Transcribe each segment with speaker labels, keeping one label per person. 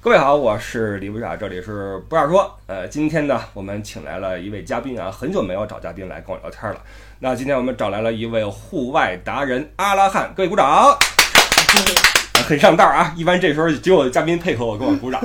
Speaker 1: 各位好，我是李不傻，这里是不傻说。呃，今天呢，我们请来了一位嘉宾啊，很久没有找嘉宾来跟我聊天了。那今天我们找来了一位户外达人阿拉汉，各位鼓掌。啊很上道啊！一般这时候只有嘉宾配合我给我鼓掌。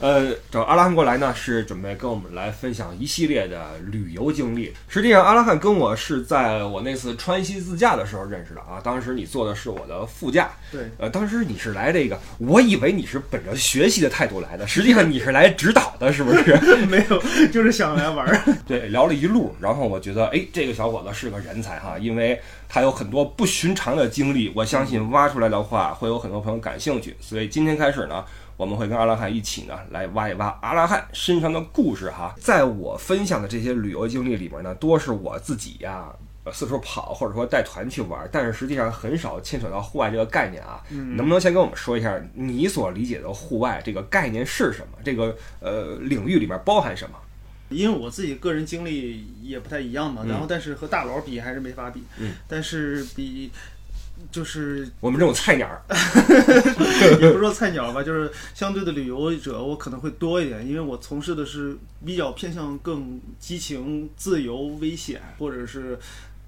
Speaker 1: 呃，找阿拉汉过来呢，是准备跟我们来分享一系列的旅游经历。实际上，阿拉汉跟我是在我那次川西自驾的时候认识的啊。当时你坐的是我的副驾，
Speaker 2: 对，
Speaker 1: 呃，当时你是来这个，我以为你是本着学习的态度来的，实际上你是来指导的，是不是？
Speaker 2: 没有，就是想来玩 儿。
Speaker 1: 对，聊了一路，然后我觉得，哎，这个小伙子是个人才哈，因为他有很多不寻常的经历，我相信挖出来的话，会有很多朋友感兴趣。所以今天开始呢，我们会跟阿拉汉一起呢，来挖一挖阿拉汉身上的故事哈。在我分享的这些旅游经历里边呢，多是我自己呀。呃四处跑，或者说带团去玩，但是实际上很少牵扯到户外这个概念啊。能不能先跟我们说一下你所理解的户外这个概念是什么？这个呃领域里面包含什么？
Speaker 2: 因为我自己个人经历也不太一样嘛，
Speaker 1: 嗯
Speaker 2: 然后但是和大佬比还是没法比，
Speaker 1: 嗯
Speaker 2: 但是比 就是
Speaker 1: 我们这种菜鸟儿，
Speaker 2: 也不说菜鸟吧，就是相对的旅游者我可能会多一点，因为我从事的是比较偏向更激情、自由、危险，或者是。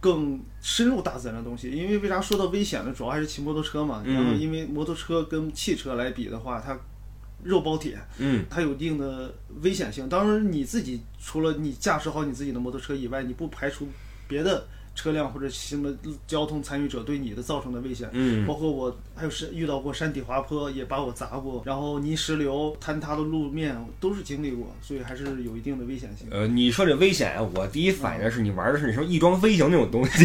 Speaker 2: 更深入大自然的东西，因为为啥说到危险呢？主要还是骑摩托车嘛。
Speaker 1: 嗯
Speaker 2: 然后因为摩托车跟汽车来比的话，它肉包铁，
Speaker 1: 嗯
Speaker 2: 它有一定的危险性。当然，你自己除了你驾驶好你自己的摩托车以外，你不排除别的车辆或者什么交通参与者对你的造成的危险。
Speaker 1: 嗯
Speaker 2: 包括我还有是遇到过山体滑坡，也把我砸过，然后泥石流、坍塌的路面都是经历过，所以还是有一定的危险性。
Speaker 1: 呃，你说这危险，我第一反应是你玩的是你说翼装飞行那种东西，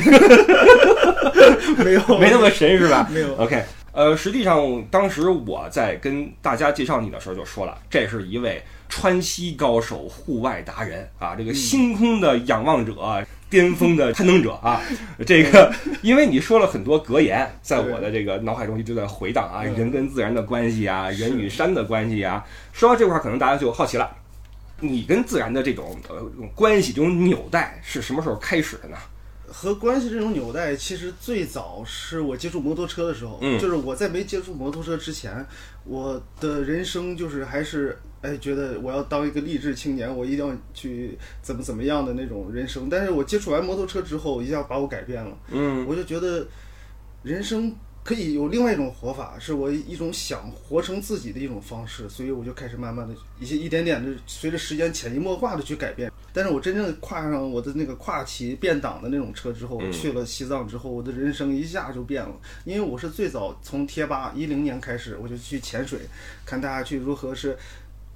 Speaker 2: 没有，
Speaker 1: 没那么神是吧
Speaker 2: 没有，
Speaker 1: ？OK，呃，实际上当时我在跟大家介绍你的时候就说了，这是一位川西高手、户外达人啊，这个星空的仰望者。巅峰的攀登者啊，这个，因为你说了很多格言，在我的这个脑海中一直在回荡啊，
Speaker 2: 嗯
Speaker 1: 人跟自然的关系啊，
Speaker 2: 是
Speaker 1: 人与山的关系啊。说到这块儿，可能大家就好奇了，你跟自然的这种呃关系、这种纽带是什么时候开始的呢？
Speaker 2: 和关系这种纽带，其实最早是我接触摩托车的时候，
Speaker 1: 嗯
Speaker 2: 就是我在没接触摩托车之前，我的人生就是还是哎觉得我要当一个励志青年，我一定要去怎么怎么样的那种人生。但是我接触完摩托车之后，一下把我改变了，
Speaker 1: 嗯
Speaker 2: 我就觉得人生可以有另外一种活法，是我一种想活成自己的一种方式，所以我就开始慢慢的一些一点点的，随着时间潜移默化的去改变。但是我真正跨上我的那个跨骑变档的那种车之后，
Speaker 1: 嗯
Speaker 2: 去了西藏之后，我的人生一下就变了，因为我是最早从贴吧一零年开始，我就去潜水，看大家去如何是。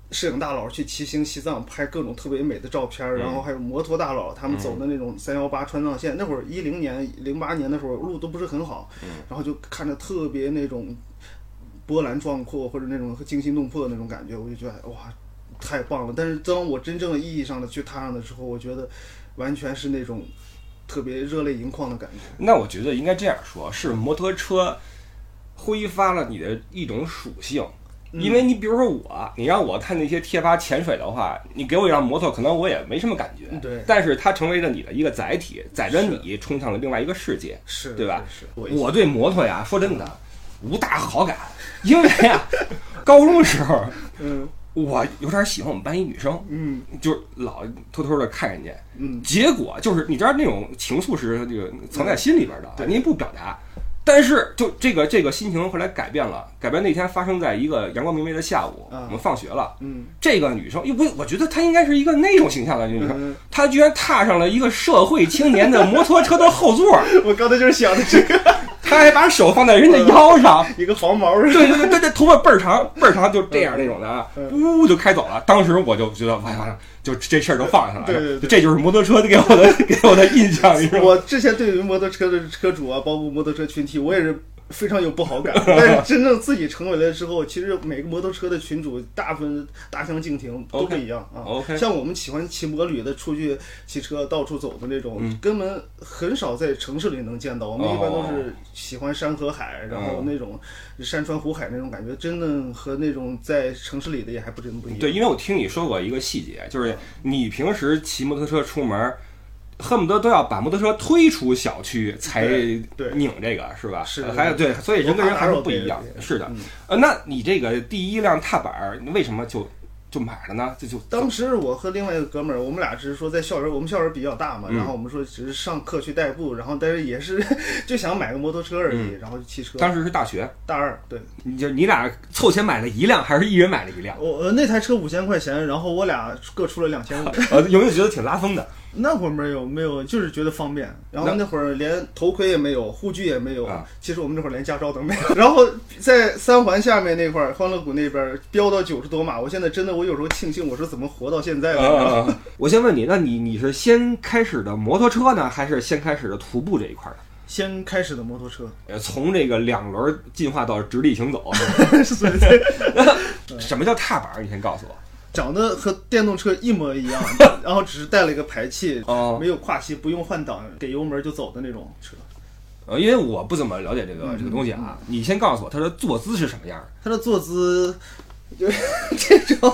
Speaker 2: 摄影大佬去骑行西藏，拍各种特别美的照片儿，然后还有摩托大佬他们走的那种三幺八川藏线。那会儿一零年、零八年的时候路都不是很好，然后就看着特别那种波澜壮阔或者那种惊心动魄的那种感觉，我就觉得哇，太棒了。但是当我真正意义上的去踏上的时候，我觉得完全是那种特别热泪盈眶的感觉。
Speaker 1: 那我觉得应该这样说，是摩托车挥发了你的一种属性。
Speaker 2: 嗯
Speaker 1: 因为你比如说我，你让我看那些贴吧潜水的话，你给我一辆摩托，可能我也没什么感觉。
Speaker 2: 嗯对
Speaker 1: 但是它成为了你的一个载体，载着你冲向了另外一个世界。
Speaker 2: 是，
Speaker 1: 对吧
Speaker 2: 是，是我
Speaker 1: 我对摩托呀，说真的，无大好感，因为啊， 高中时候
Speaker 2: 嗯
Speaker 1: 我有点喜欢我们班一女生，
Speaker 2: 嗯
Speaker 1: 就是老偷偷的看人家，
Speaker 2: 嗯，
Speaker 1: 结果就是你知道那种情愫是这个藏在心里边的，啊
Speaker 2: 对
Speaker 1: 你也不表达，但是就这个这个心情后来改变了，改变那天发生在一个阳光明媚的下午，
Speaker 2: 啊
Speaker 1: 我们放学了，
Speaker 2: 嗯
Speaker 1: 这个女生，因为我我觉得她应该是一个那种形象的女生，
Speaker 2: 嗯，
Speaker 1: 她居然踏上了一个社会青年的摩托车的后 座，
Speaker 2: 我刚才就是想的这个
Speaker 1: 她还把手放在人家腰上。
Speaker 2: 一个黄毛是吧，
Speaker 1: 对对对对对，头发倍儿长，倍儿长，就这样那种的啊，
Speaker 2: 嗯
Speaker 1: 呜就开走了。当时我就觉得，完了完了，就这事儿就放下了。
Speaker 2: 对对对
Speaker 1: 这就是摩托车给我的给我的印象，你知道吗？
Speaker 2: 我之前对于摩托车的车主啊，包括摩托车群体，我也是非常有不 好感。但是真正自己成为了之后，其实每个摩托车的群主大部分大相径庭，都不
Speaker 1: OK
Speaker 2: 一样啊。
Speaker 1: OK
Speaker 2: 像我们喜欢骑摩旅的，出去骑车到处走的那种，
Speaker 1: 嗯
Speaker 2: 根本很少在城市里能见到。我们一般都
Speaker 1: 哦
Speaker 2: 是喜欢山河海，然后
Speaker 1: 嗯
Speaker 2: 那种山川湖海那种感觉，真的和那种在城市里的也还不真不一样。
Speaker 1: 对，因为我听你说过一个细节，就是你平时骑摩托车出门，恨不得都要把摩托车推出小区才
Speaker 2: 对对
Speaker 1: 拧这个，是吧？
Speaker 2: 是
Speaker 1: 呃
Speaker 2: 是
Speaker 1: 还有对，所以人跟人还是不一样
Speaker 2: 我怕打扰别人。对
Speaker 1: 是的
Speaker 2: 嗯，
Speaker 1: 呃，那你这个第一辆踏板儿为什么就就买了呢？这就
Speaker 2: 当时我和另外一个哥们儿，我们俩只是说在校园，我们校园比较大
Speaker 1: 嗯
Speaker 2: 嘛，然后我们说只是上课去代步，然后但是也是 就想买个摩托车而已，然后就汽车。
Speaker 1: 嗯当时是大学，
Speaker 2: 大二对，
Speaker 1: 你就你俩凑钱买了一辆，还是一人买了一辆？
Speaker 2: 我我那台车五千块钱，然后我俩各出了两千五。
Speaker 1: 呃，有没有觉得挺拉风的？
Speaker 2: 那会儿没有没有，就是觉得方便。然后那会儿连头盔也没有，护具也没有。
Speaker 1: 啊
Speaker 2: 其实我们那会儿连驾照都没有。 然后在三环下面那块儿，欢乐谷那边儿飙到九十多码，我现在真的我有时候庆幸我是怎么活到现在的。
Speaker 1: 啊！我先问你，那你你是先开始的摩托车呢，还是先开始的徒步这一块儿呢？
Speaker 2: 先开始的摩 托车，
Speaker 1: 呃，从这个两轮儿进化到直立行走，
Speaker 2: 嗯所以才
Speaker 1: 什么叫踏板儿？你先告诉我。
Speaker 2: 长得和电动车一模 一样，然后只是带了一个排气，
Speaker 1: 哦
Speaker 2: 没有跨膝，不用换挡，给油门就走的那种车。
Speaker 1: 呃，因为我不怎么了解这
Speaker 2: 嗯
Speaker 1: 个这个东西啊，你先告诉我它的坐姿是什么样的？
Speaker 2: 它的坐姿就是这种，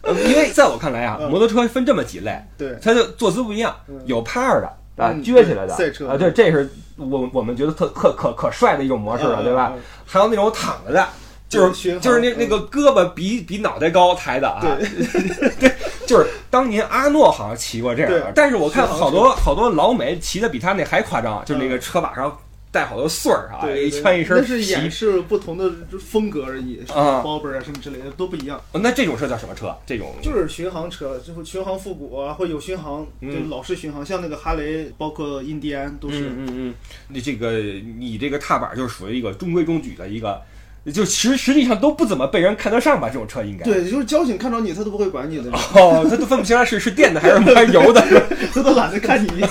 Speaker 1: 呃，因为在我看来啊，摩托车分这么几类，
Speaker 2: 嗯对，
Speaker 1: 它的坐姿不一样，有趴着的啊，
Speaker 2: 嗯
Speaker 1: 撅起来的
Speaker 2: 对赛车
Speaker 1: 啊，对，这是我我们觉得特特可可帅的一种模式了，
Speaker 2: 嗯
Speaker 1: 对吧
Speaker 2: 嗯嗯？
Speaker 1: 还有那种躺着的，就
Speaker 2: 对巡
Speaker 1: 是
Speaker 2: 航嗯
Speaker 1: 就是那那个胳膊比比脑袋高抬的啊， 对，就是当年阿诺好像骑过这样的
Speaker 2: 对，
Speaker 1: 但是我看
Speaker 2: 巡航
Speaker 1: 好多好多老美骑的比他那还夸张，就是那
Speaker 2: 嗯
Speaker 1: 个车把上带好多穗儿啊，
Speaker 2: 对，
Speaker 1: 一圈一身
Speaker 2: 那
Speaker 1: 皮
Speaker 2: 是演示不同的风格而已，
Speaker 1: 啊
Speaker 2: 包本啊什么之类的都不一样。
Speaker 1: 哦那这种车叫什么车？这种
Speaker 2: 就是巡航车，就是巡航复古啊，或有巡航，
Speaker 1: 嗯
Speaker 2: 就是老式巡航，像那个哈雷，包括印第安都是。
Speaker 1: 嗯嗯嗯，你这个你这个踏板就是属于一个中规中矩的一个，就其实实际上都不怎么被人看得上吧？这种车应该。
Speaker 2: 对，就是交警看着你，他都不会 管你的，
Speaker 1: 哦，他都分不清它是是电的还是还是油的。
Speaker 2: 他都懒得看你一眼。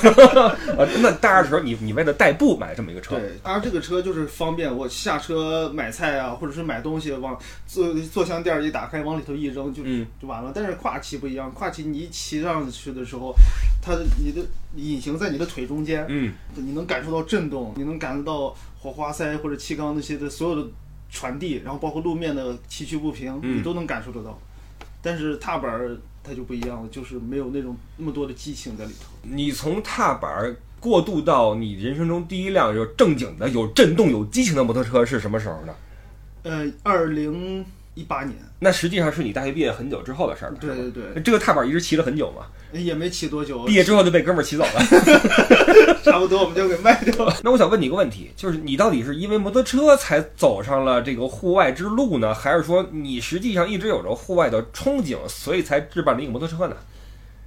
Speaker 1: 啊，那大二的时候你你为了代步买这么一个车，
Speaker 2: 对，啊，这个车就是方便，我下车买菜啊，或者是买东西，往坐坐箱垫儿一打开，往里头一扔就、
Speaker 1: 嗯
Speaker 2: 就完了。但是跨骑不一样，跨骑你一骑上去的时候，它的你的隐形在你的腿中间，
Speaker 1: 嗯，
Speaker 2: 你能感受到震动，你能感受到火花塞或者气缸那些的所有的传递，然后包括路面的崎岖不平，
Speaker 1: 嗯
Speaker 2: 你都能感受得到。但是踏板儿它就不一样了，就是没有那种那么多的激情在里头。
Speaker 1: 你从踏板过渡到你人生中第一辆有正经的、有震动、有激情的摩托车是什么时候呢？
Speaker 2: 呃，二零一八年，
Speaker 1: 那实际上是你大学毕业很久之后的事儿了。
Speaker 2: 对
Speaker 1: 是吧
Speaker 2: 对对，
Speaker 1: 这个踏板一直骑了很久嘛，
Speaker 2: 也没骑 多久
Speaker 1: 毕，业之后就被哥们儿骑走了。
Speaker 2: 差不多我们就给卖掉 了。
Speaker 1: 那我想问你一个问题，就是你到底是因为摩托车才走上了这个户外之路呢，还是说你实际上一直有着户外的憧憬，所以才置办了一个摩托车呢？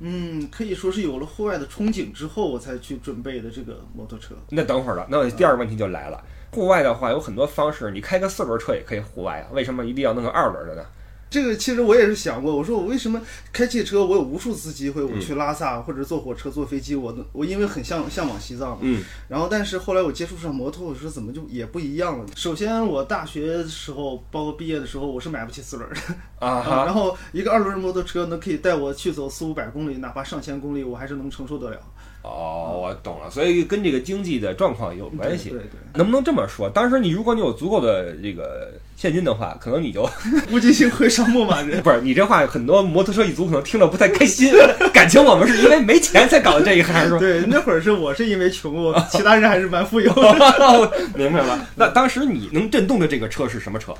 Speaker 2: 嗯，可以说是有了户外的憧憬之后，我才去准备的这个摩托车。
Speaker 1: 那等会儿了，那第二个问题就来了。户外的话有很多方式，你开个四轮车也可以户外啊，为什么一定要弄个二轮的呢？
Speaker 2: 这个其实我也是想过，我说我为什么开汽车，我有无数次机
Speaker 1: 嗯
Speaker 2: 会，我去拉萨或者坐火车、坐飞机，我都我因为很向向往西藏嘛，
Speaker 1: 嗯，
Speaker 2: 然后但是后来我接触上摩托，我说怎么就也不一样了。首先我大学的时候，包括毕业的时候，我是买不起四轮儿的，
Speaker 1: 啊
Speaker 2: 啊
Speaker 1: 哈，
Speaker 2: 然后一个二轮摩托车能可以带我去走四五百公里，哪怕上千公里，我还是能承受得了。
Speaker 1: 哦，我懂了，所以跟这个经济的状况也有关系。
Speaker 2: 对对
Speaker 1: 能不能这么说？当时你如果你有足够的这个现金的话，可能你就 。
Speaker 2: 对，无尽星会上牧马人
Speaker 1: 不是你这话，很多摩托车一族可能听着不太开 心，感情我们是因为没钱才搞的这一行，是 吧？
Speaker 2: 对，那会儿是我是因为穷，我其他人还是蛮富有的。
Speaker 1: 明白了。那当时你能震动的这个车是什么车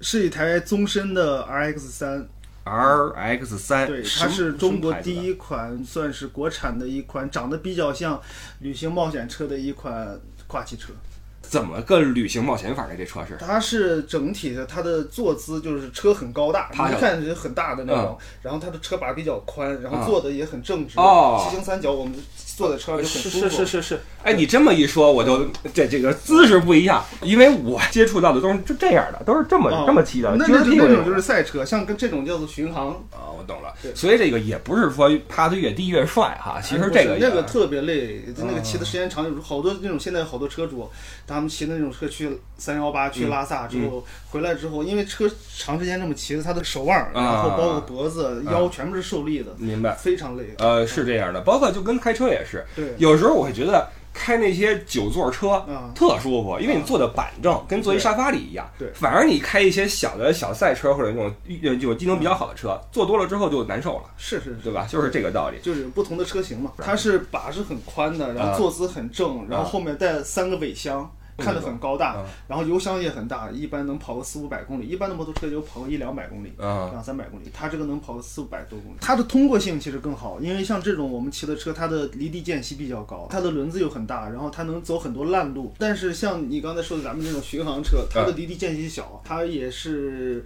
Speaker 2: 是一台宗申的 RX 三，
Speaker 1: ？R X 三，
Speaker 2: 对，
Speaker 1: 什
Speaker 2: 它是中国第。
Speaker 1: 什么牌子
Speaker 2: 一款算是国产的一款长得比较像旅行冒险车的一款跨汽车。
Speaker 1: 的怎么个旅行冒险法呢？这车是？
Speaker 2: 它是整体的，它的坐姿就是车很高大，
Speaker 1: 趴下
Speaker 2: 你一看就很大的那种。然后它的车把比较宽，然
Speaker 1: 啊
Speaker 2: 后坐的也很正直，
Speaker 1: 哦
Speaker 2: 七形三角，我们坐在车上就很舒服。
Speaker 1: 是是，哎，你这么一说，我就这这个姿势不一样，因为我接触到的都是就这样的，都是这么
Speaker 2: 哦
Speaker 1: 这么骑的，
Speaker 2: 那
Speaker 1: 撅
Speaker 2: 那
Speaker 1: 屁股
Speaker 2: 那种
Speaker 1: 的
Speaker 2: 就是赛车，像跟这种叫做巡航。
Speaker 1: 啊，我懂了。
Speaker 2: 对
Speaker 1: 所以这个也不是说趴得越低越帅哈，其实
Speaker 2: 不
Speaker 1: 这
Speaker 2: 是
Speaker 1: 个
Speaker 2: 那
Speaker 1: 也嗯
Speaker 2: 个特别累，那个骑的时间长，有时候好多那种现在好多车主，他们骑那种车去三幺八
Speaker 1: 嗯
Speaker 2: 去拉萨之后、回来之后，因为车长时间这么骑，他的手腕
Speaker 1: 啊
Speaker 2: 儿，然后包括脖子、
Speaker 1: 啊
Speaker 2: 腰全部是受力的，
Speaker 1: 明白。呃
Speaker 2: 非常累。啊
Speaker 1: 呃，是这样的，包括就跟开车也是，
Speaker 2: 对
Speaker 1: 有时候我会觉得开那些九座车
Speaker 2: 啊
Speaker 1: 特舒服，因为你坐的板正，跟坐一沙发里一样。
Speaker 2: 对
Speaker 1: 反而你开一些小的小赛车或者那种呃就机能比较好的车，坐多了之后就难受了，
Speaker 2: 是是是，
Speaker 1: 对吧？就是这个道理。
Speaker 2: 就是有不同的车型嘛，它是把是很宽的，然
Speaker 1: 嗯啊
Speaker 2: 后坐姿很正，然后后面带三个尾箱。看着很高大
Speaker 1: 嗯，
Speaker 2: 然后油箱也很大，一般能跑个四五百公里，一般的摩托车也就跑个一两百公里。
Speaker 1: 嗯，
Speaker 2: 两三百公里，它这个能跑个四五百多公里，啊它的通过性其实更好，因为像这种我们骑的车，它的离地间隙比较高，它的轮子又很大，然后它能走很多烂路。但是像你刚才说的咱们这种巡航车，它的离地间隙小，它也是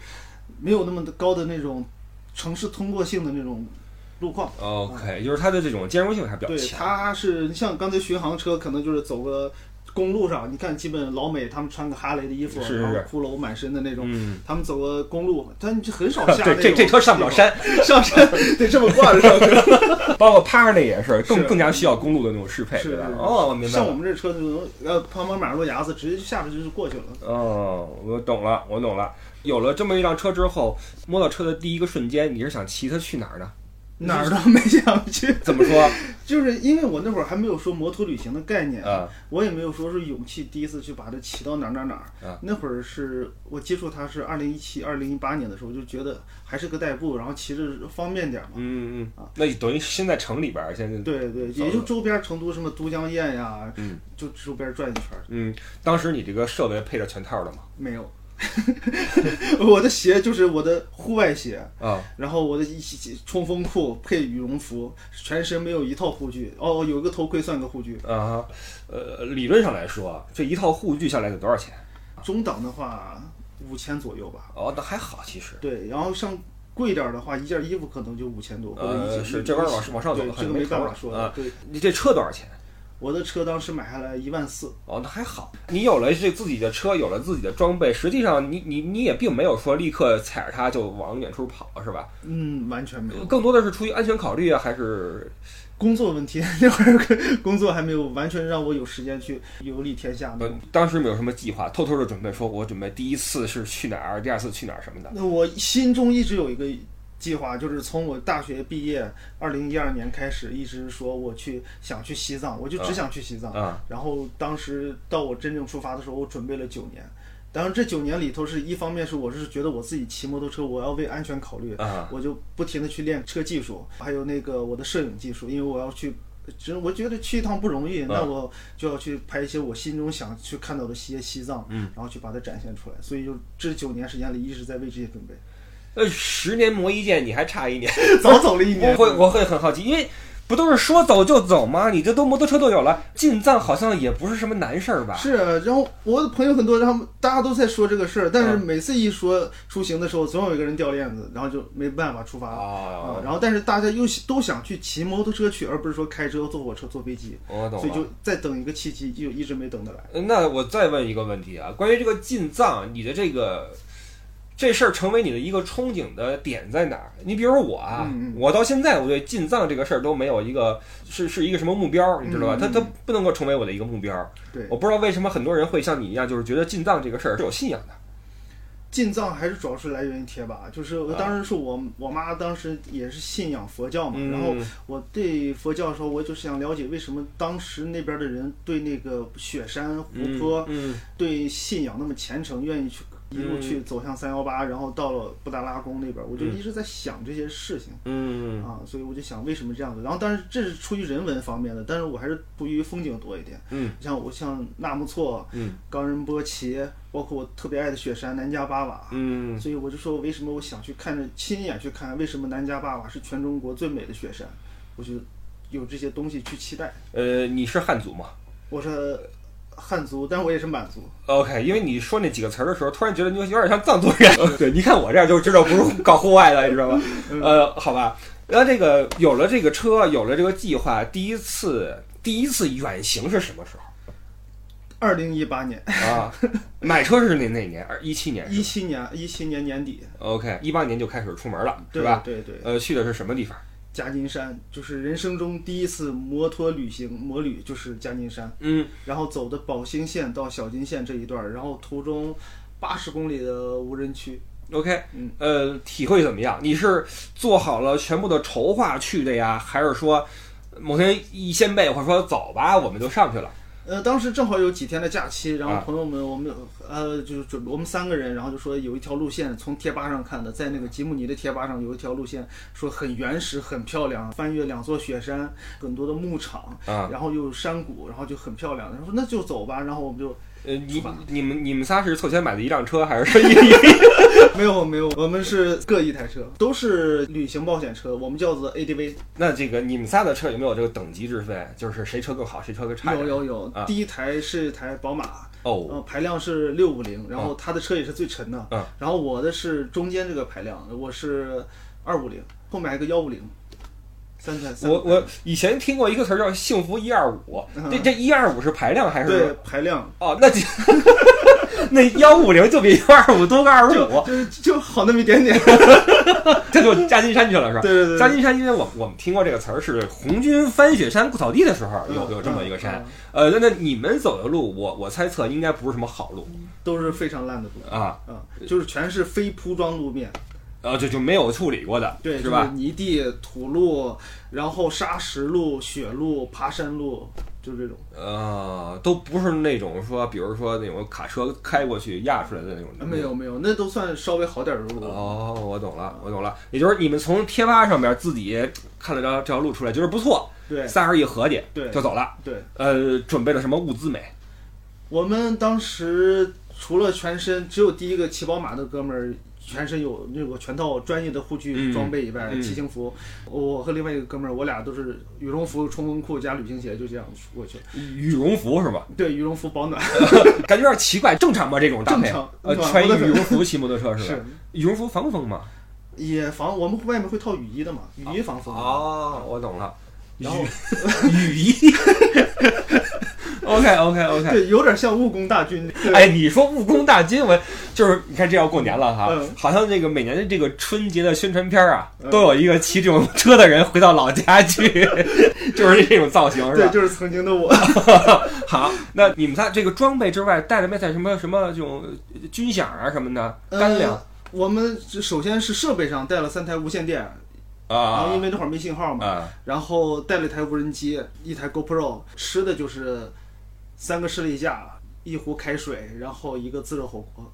Speaker 2: 没有那么高的那种城市通过性的那种路况。
Speaker 1: OK，就是它的这种兼容性还比较
Speaker 2: 对，
Speaker 1: 强。
Speaker 2: 它是像刚才巡航车，可能就是走个公路上，你看基本老美他们穿个哈雷的衣服，
Speaker 1: 是是是
Speaker 2: 然后骷髅满身的那种，
Speaker 1: 嗯，
Speaker 2: 他们走个公路，但就很 少下那
Speaker 1: 对，
Speaker 2: 种
Speaker 1: 这这车上不了
Speaker 2: 地方
Speaker 1: 山，
Speaker 2: 上山得啊这么挂着上车。
Speaker 1: 包括趴着那也是更
Speaker 2: 是
Speaker 1: 更加需要公路的那种适配，
Speaker 2: 是
Speaker 1: 对吧
Speaker 2: 是？是
Speaker 1: 哦，我明白
Speaker 2: 像我
Speaker 1: 了。
Speaker 2: 们这车就能呃，旁边马路牙子直接就下去就是过去了。
Speaker 1: 哦，我懂了，我懂了。有了这么一辆车之后，摸到车的第一个瞬间，你是想骑它去哪儿呢？
Speaker 2: 哪儿都没想去，
Speaker 1: 怎么说？
Speaker 2: 就是因为我那会儿还没有说摩托旅行的概念，
Speaker 1: 啊
Speaker 2: 我也没有说是勇气第一次去把它骑到哪儿哪儿哪儿。
Speaker 1: 啊
Speaker 2: 那会儿是我接触它是二零一七、二零一八年的时候，我就觉得还是个代步，然后骑着方便点儿嘛。
Speaker 1: 嗯嗯嗯，那你等于身在城里边儿，现在
Speaker 2: 对对，
Speaker 1: 走
Speaker 2: 也就周边成都什么都江堰呀，
Speaker 1: 嗯
Speaker 2: 就周边转一圈儿，
Speaker 1: 嗯，当时你这个设备配着全套的吗？
Speaker 2: 没有。 我的鞋就是我的户外鞋，
Speaker 1: 啊，
Speaker 2: 然后我的一起冲锋裤配羽绒服，全身没有一套护具。哦，有一个头盔算个护具。
Speaker 1: 啊，呃，理论上来说，这一套护具下来得多少钱？
Speaker 2: 中档的话五千左右吧。
Speaker 1: 哦，那还好，其实。
Speaker 2: 对，然后上贵点儿的话，一件衣服可能就五千多，或者一
Speaker 1: 呃，
Speaker 2: 件
Speaker 1: 是这玩意儿往往上走
Speaker 2: 对
Speaker 1: 的，
Speaker 2: 这个没办法说的。
Speaker 1: 啊。
Speaker 2: 对，
Speaker 1: 你这车多少钱？
Speaker 2: 我的车当时买下来一万四，
Speaker 1: 哦，那还好。你有了这自己的车，有了自己的装备，实际上你你你也并没有说立刻踩着它就往远处跑，是吧？
Speaker 2: 嗯，完全没有。
Speaker 1: 更多的是出于安全考虑啊，还是
Speaker 2: 工作问题 那会儿工作还没有完全让我有时间去游历天下那
Speaker 1: 呃
Speaker 2: 种。
Speaker 1: 当时没有什么计划，偷偷的准备说，我准备第一次是去哪儿，第二次去哪儿什么的。
Speaker 2: 那我心中一直有一个计划，就是从我大学毕业，二零一二年开始，一直说我去想去西藏，我就只想去西藏。
Speaker 1: 啊、
Speaker 2: 然后当时到我真正出发的时候，我准备了九年。当然，这九年里头是一方面是我是觉得我自己骑摩托车，我要为安全考虑，
Speaker 1: 啊
Speaker 2: 我就不停的去练车技术，还有那个我的摄影技术，因为我要去。只我觉得去一趟不容易，
Speaker 1: 啊
Speaker 2: 那我就要去拍一些我心中想去看到的西西藏，
Speaker 1: 嗯
Speaker 2: 然后去把它展现出来。所以就这九年时间里一直在为这些准备，
Speaker 1: 呃，十年磨一剑，你还差一年。
Speaker 2: 早走了一年
Speaker 1: 我。会我会很好奇，因为不都是说走就走吗？你这都摩托车都有了，进藏好像也不是什么难事儿吧？
Speaker 2: 是，然后我的朋友很多，他们大家都在说这个事儿，但是
Speaker 1: 嗯
Speaker 2: 每次一说出行的时候，总有一个人掉链子，然后就没办法出发了。啊、
Speaker 1: 啊，
Speaker 2: 然后但是大家又喜都想去骑摩托车去，而不是说开车、坐火车、坐飞机，
Speaker 1: 我懂
Speaker 2: 所以
Speaker 1: 了。
Speaker 2: 就再等一个契机，就一直没等得来。
Speaker 1: 呃那我再问一个问题啊，关于这个进藏，你的这个这事儿成为你的一个憧憬的点在哪儿？你比如说我啊，
Speaker 2: 嗯
Speaker 1: 我到现在我对进藏这个事儿都没有一个是是一个什么目标，你知道吧？
Speaker 2: 嗯
Speaker 1: 它它不能够成为我的一个目标。
Speaker 2: 对，
Speaker 1: 我不知道为什么很多人会像你一样，就是觉得进藏这个事儿是有信仰的。
Speaker 2: 进藏还是主要是来源于贴吧，就是我
Speaker 1: 啊
Speaker 2: 当时是我、我妈当时也是信仰佛教嘛，然
Speaker 1: 嗯
Speaker 2: 后我对佛教的时候，我就是想了解为什么当时那边的人对那个雪山、湖
Speaker 1: 嗯
Speaker 2: 泊。
Speaker 1: 嗯
Speaker 2: 对信仰那么虔诚，愿意去一路去走向三幺
Speaker 1: 嗯
Speaker 2: 八，然后到了布达拉宫那边，我就一直在想这些事情、
Speaker 1: 嗯
Speaker 2: 啊，所以我就想为什么这样子。然后，当然这是出于人文方面的，但是我还是出于风景多一点。
Speaker 1: 嗯，
Speaker 2: 像我像纳木错、
Speaker 1: 嗯
Speaker 2: 冈仁波齐，包括我特别爱的雪山南迦巴瓦。
Speaker 1: 嗯
Speaker 2: 所以我就说，为什么我想去看着亲眼去看，为什么南迦巴瓦是全中国最美的雪山？我就有这些东西去期待。
Speaker 1: 呃，你是汉族吗
Speaker 2: 我是汉族，但是我也是满族。
Speaker 1: ？OK，因为你说那几个词儿的时候，突然觉得你有点像藏族 人。对，你看我这样就知道不是搞户外的，你知道吧？
Speaker 2: 嗯
Speaker 1: 呃，好吧。然后这个有了这个车，有了这个计划，第一次第一次远行是什么时候
Speaker 2: 二零一八年。
Speaker 1: 啊？买车是哪哪年？二一七年是
Speaker 2: 一
Speaker 1: 吧。
Speaker 2: 七年，一七年年底，
Speaker 1: OK，一八年就开始出门了，
Speaker 2: 对
Speaker 1: 是吧？
Speaker 2: 对对，
Speaker 1: 呃，去的是什么地方？
Speaker 2: 夹金山就是人生中第一次摩托旅行，摩旅就是夹金山，
Speaker 1: 嗯，
Speaker 2: 然后走的宝兴县到小金县这一段儿，然后途中八十公里的无人区，
Speaker 1: OK，
Speaker 2: 嗯
Speaker 1: 呃，体会怎么样？你是做好了全部的筹划去的呀，还是说某天一掀被，我说走吧，我们就上去了。
Speaker 2: 呃，当时正好有几天的假期，然后
Speaker 1: 啊
Speaker 2: 朋友们，我们呃，就是准我们三个人，然后就说有一条路线，从贴吧上看的，在那个吉姆尼的贴吧上有一条路线，说很原始、很漂亮，翻越两座雪山，很多的牧场，
Speaker 1: 啊
Speaker 2: 然后又有山谷，然后就很漂亮。然后说那就走吧，然后我们就
Speaker 1: 呃，你
Speaker 2: 出发
Speaker 1: 你们你们仨是凑钱买的一辆车，还是 一
Speaker 2: 没有没有，我们是各一台车，都是旅行冒险车，我们叫做 ADV。
Speaker 1: 那这个你们仨的车有没有这个等级之分？就是谁车更好，谁车更差？
Speaker 2: 有有有，
Speaker 1: 啊
Speaker 2: 第一台是一台宝马，
Speaker 1: 哦，
Speaker 2: 呃，排量是六五零，然后他的车也是最沉的，
Speaker 1: 嗯
Speaker 2: 然后我的是中间这个排量，我是二五零，后面还有个幺五零，三台三
Speaker 1: 我我以前听过一个词儿叫“幸福一二五”，这这一二五是排量还
Speaker 2: 对
Speaker 1: 是？
Speaker 2: 排量
Speaker 1: 哦，那就 那幺五零就比幺二五多个二
Speaker 2: 就
Speaker 1: 十五，
Speaker 2: 就就好那么一点点，
Speaker 1: 这就加金山去了是吧？
Speaker 2: 对对对，
Speaker 1: 加金山，因为我我们听过这个词儿是红军翻雪山过草地的时候有有这么一个山
Speaker 2: 嗯，，嗯
Speaker 1: 呃，那那你们走的路，我我猜测应该不是什么好路
Speaker 2: 嗯都是非常烂的路，
Speaker 1: 啊，
Speaker 2: 啊，就是全是非铺装路面，
Speaker 1: 呃，就就没有处理过的，
Speaker 2: 对，
Speaker 1: 是
Speaker 2: 就
Speaker 1: 吧？
Speaker 2: 是泥地、土路，然后砂石路、雪路、爬山路，就这种。
Speaker 1: 呃，都不是那种说，比如说那种卡车开过去压出来的那种
Speaker 2: 啊，没有没有，那都算稍微好点儿的路。
Speaker 1: 嗯哦，我懂了，我懂了，也就是你们从贴吧上面自己看了这这条路出来，觉得不错，
Speaker 2: 对
Speaker 1: 仨人一合计
Speaker 2: 对
Speaker 1: 就走了。
Speaker 2: 对，
Speaker 1: 呃，准备了什么物资没？
Speaker 2: 我们当时除了全身，只有第一个骑宝马的哥们儿。全身有那个全套专业的护具
Speaker 1: 嗯
Speaker 2: 装备以外，
Speaker 1: 嗯
Speaker 2: 骑行服，我和另外一个哥们儿，我俩都是羽绒服、冲锋裤加旅行鞋，就这样过去。
Speaker 1: 羽绒服是吧？
Speaker 2: 对，羽绒服保暖
Speaker 1: 感觉有点奇怪，正常吗？这种搭配
Speaker 2: 正常？
Speaker 1: 呃，
Speaker 2: 暖和
Speaker 1: 穿一
Speaker 2: 的很
Speaker 1: 羽绒服骑摩托车是吧？
Speaker 2: 是
Speaker 1: 羽绒服防风吗？
Speaker 2: 也防我们外面会套雨衣的嘛，雨衣防风。
Speaker 1: 哦，我懂了，雨
Speaker 2: 然后
Speaker 1: 雨 衣。OK OK OK。
Speaker 2: 对，有点像务工大 军。 对
Speaker 1: 哎，你说务工大军，我就是你看这要过年了哈，
Speaker 2: 嗯
Speaker 1: 好像这个每年的这个春节的宣传片啊，
Speaker 2: 嗯
Speaker 1: 都有一个骑这种车的人回到老家去， 就是这种造型是
Speaker 2: 对，
Speaker 1: 吧？
Speaker 2: 就是曾经的我。
Speaker 1: 好，那你们仨这个装备之外带了没带什么什么这种呃军饷啊什么的干粮
Speaker 2: 呃？我们首先是设备上带了三台无线电，然后
Speaker 1: 啊
Speaker 2: 因为那会儿没信号嘛，
Speaker 1: 啊
Speaker 2: 然后带了一台无人机，一台 GoPro，吃的就是三个士力架，一壶开水，然后一个自热火 锅。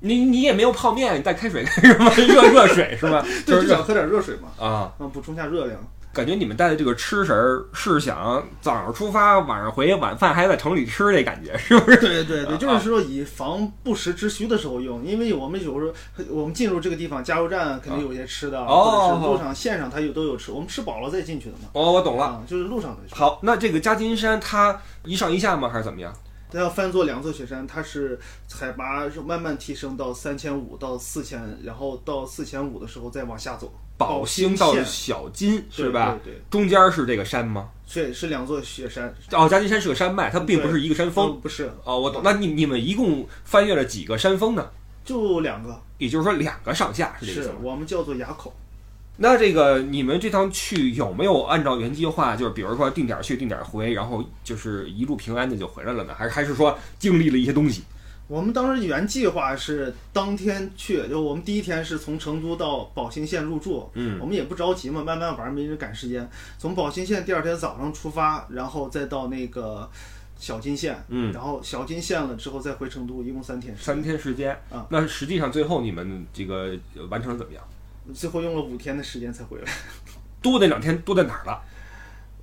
Speaker 1: 你你也没有泡面，你带开水干什么？ 热热水是吧？就是
Speaker 2: 对，就
Speaker 1: 热
Speaker 2: 想喝点热水嘛，
Speaker 1: 啊，
Speaker 2: 啊，补充下 热量。
Speaker 1: 感觉你们带的这个吃食儿是想早上出发，晚上回，晚饭还在城里吃，这感觉是不是？
Speaker 2: 对对
Speaker 1: 啊
Speaker 2: 对，就是说以防不时之需的时候用，因为我们有时候我们进入这个地方，加油站肯定有一些吃的，啊
Speaker 1: 哦
Speaker 2: 或者是路上线上它有都有吃，我们吃饱了再进去的嘛。
Speaker 1: 哦，我懂了。
Speaker 2: 啊，就是路上的。
Speaker 1: 好，那这个嘉金山它一上一下吗？还是怎么样？
Speaker 2: 它要翻座两座雪山，它是海拔是慢慢提升到三千五到四千，然后到四千五的时候再往下走，
Speaker 1: 宝兴
Speaker 2: 兴
Speaker 1: 到
Speaker 2: 县
Speaker 1: 小金是吧？？
Speaker 2: 对对对，
Speaker 1: 中间是这个山吗？
Speaker 2: 是是两座雪山，
Speaker 1: 哦，嘉金山是个山脉，它并不是一个山峰。
Speaker 2: 嗯不是，
Speaker 1: 哦，我懂。那你你们一共翻越了几个山峰呢？
Speaker 2: 就两个，
Speaker 1: 也就是说两个上下是这个意思
Speaker 2: 是
Speaker 1: 吗？
Speaker 2: 我们叫做垭口。
Speaker 1: 那这个你们这趟去有没有按照原计划，就是比如说定点去定点回，然后就是一路平安的就回来了呢？还是还是说经历了一些东西？
Speaker 2: 我们当时原计划是当天去，就我们第一天是从成都到宝兴县入住，
Speaker 1: 嗯
Speaker 2: 我们也不着急嘛，慢慢玩，没人赶时间。从宝兴县第二天早上出发，然后再到那个小金县，
Speaker 1: 嗯，
Speaker 2: 然后小金县了之后再回成都，一共三天时间。
Speaker 1: 三天时间
Speaker 2: 啊。
Speaker 1: 那实际上最后你们这个呃完成的怎么样？
Speaker 2: 最后用了五天的时间才回来。
Speaker 1: 多那两天多在哪儿了？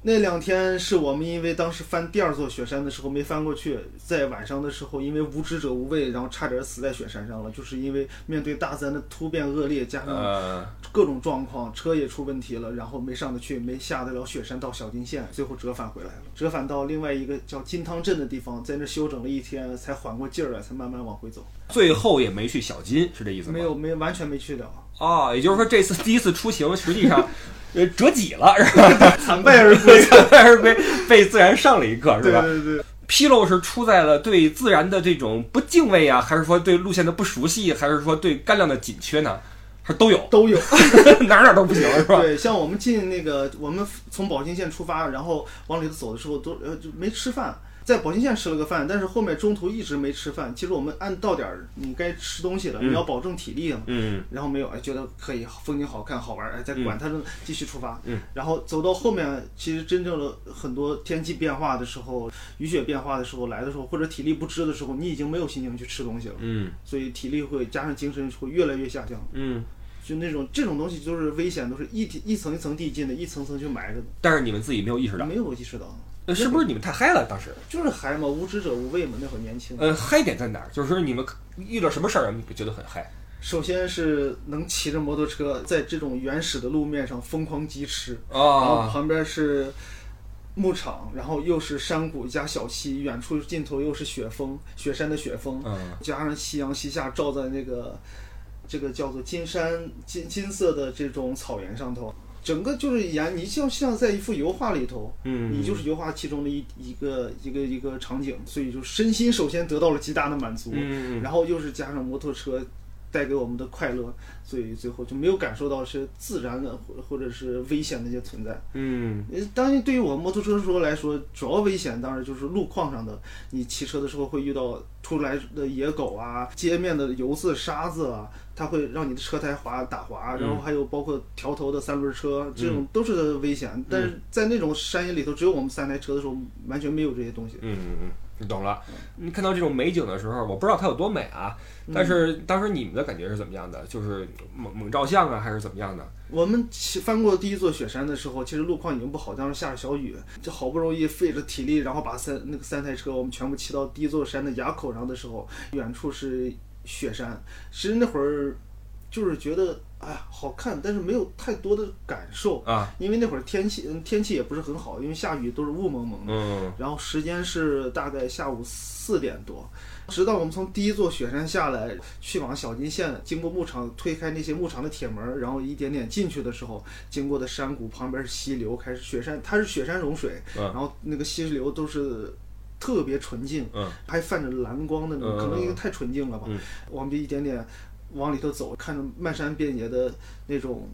Speaker 2: 那两天是我们因为当时翻第二座雪山的时候没翻过去，在晚上的时候因为无知者无畏，然后差点死在雪山上了，就是因为面对大自然的突变恶劣，加上
Speaker 1: 呃，
Speaker 2: 各种状况，车也出问题了，然后没上得去，没下得了雪山到小金县，最后折返回来了，折返到另外一个叫金汤镇的地方，在那休整了一天，才缓过劲儿来，才慢慢往回走，
Speaker 1: 最后也没去小金，是这意思吗？
Speaker 2: 没有没完全没去了，啊
Speaker 1: 哦，也就是说这次第一次出行，实 际上呃折戟了，是
Speaker 2: 惨败而
Speaker 1: 吧？
Speaker 2: 归。
Speaker 1: 还是被被自然上了一课，是
Speaker 2: 对
Speaker 1: 吧？
Speaker 2: 对对，
Speaker 1: 纰漏是出在了对自然的这种不敬畏啊，还是说对路线的不熟悉，还是说对干粮的紧缺呢？还是都有，
Speaker 2: 都有。
Speaker 1: 哪儿哪儿都不行，是吧？
Speaker 2: 对，像我们进那个，我们从宝兴县出发，然后往里头走的时候都呃就没吃饭，在保津县吃了个饭，但是后面中途一直没吃饭。其实我们按到点儿你该吃东西了，你要保证体力嘛。啊
Speaker 1: 嗯，
Speaker 2: 然后没有，哎，觉得可以，风景好看，好玩，哎，再管它呢，继续出发。嗯，然后走到后面，其实真正的很多天气变化的时候，雨雪变化的时候来的时候，或者体力不支的时候，你已经没有心情去吃东西了。
Speaker 1: 嗯，
Speaker 2: 所以体力会加上精神会越来越下降。
Speaker 1: 嗯，
Speaker 2: 就那种这种东西都是危险，都是一一层一层递进的，一层层去埋着
Speaker 1: 嗯但是你们自己没有意识
Speaker 2: 的，
Speaker 1: 到，
Speaker 2: 没有意识到，
Speaker 1: 呃是不是你们太嗨了？当时，
Speaker 2: 就是嗨嘛，无知者无畏嘛，那会儿年轻。
Speaker 1: 呃，嗨点在哪儿？就是你们遇到什么事儿，你们觉得很嗨？
Speaker 2: 首先是能骑着摩托车在这种原始的路面上疯狂疾驰，然后
Speaker 1: 啊，
Speaker 2: 旁边是牧场，然后又是山谷加小溪，远处尽头又是雪峰，雪山的雪峰，
Speaker 1: 嗯
Speaker 2: 加上夕阳西下照在那个这个叫做金山金金色的这种草原上头，整个就是沿你就像在一幅油画里头，
Speaker 1: 嗯
Speaker 2: 你就是油画其中的一一个一个一个场景，所以就身心首先得到了极大的满足，
Speaker 1: 嗯
Speaker 2: 然后又是加上摩托车带给我们的快乐，所以最后就没有感受到是自然的或或者是危险的一些存在。
Speaker 1: 嗯
Speaker 2: 呃当然，对于我摩托车说来说，主要危险当然就是路况上的，你骑车的时候会遇到突来的野狗啊，街面的油渍、沙子啊，它会让你的车胎滑打滑，
Speaker 1: 嗯
Speaker 2: 然后还有包括调头的三轮车，这种都是危险。但是在那种山野里头，只有我们三台车的时候，完全没有这些东西。
Speaker 1: 嗯嗯，你懂了。你看到这种美景的时候，我不知道它有多美啊，但是当时你们的感觉是怎么样的？就是猛猛照相啊，还是怎么样的？
Speaker 2: 我们骑翻过第一座雪山的时候，其实路况已经不好，当时下着小雨，就好不容易费着体力，然后把三那个三台车我们全部骑到第一座山的垭口上的时候，远处是雪山。其实那会儿就是觉得哎呀好看，但是没有太多的感受，
Speaker 1: 啊，
Speaker 2: 因为那会儿天气嗯天气也不是很好，因为下雨都是雾蒙蒙的。
Speaker 1: 嗯
Speaker 2: 然后时间是大概下午四点多，直到我们从第一座雪山下来，去往小金县，经过牧场，推开那些牧场的铁门，然后一点点进去的时候，经过的山谷旁边是溪流，开始雪山，它是雪山融水，
Speaker 1: 嗯
Speaker 2: 然后那个溪流都是。特别纯净，
Speaker 1: 嗯
Speaker 2: 还泛着蓝光的那种，
Speaker 1: 嗯
Speaker 2: 可能因为太纯净了吧。
Speaker 1: 嗯
Speaker 2: 我们就一点点往里头走，看着漫山遍野的那种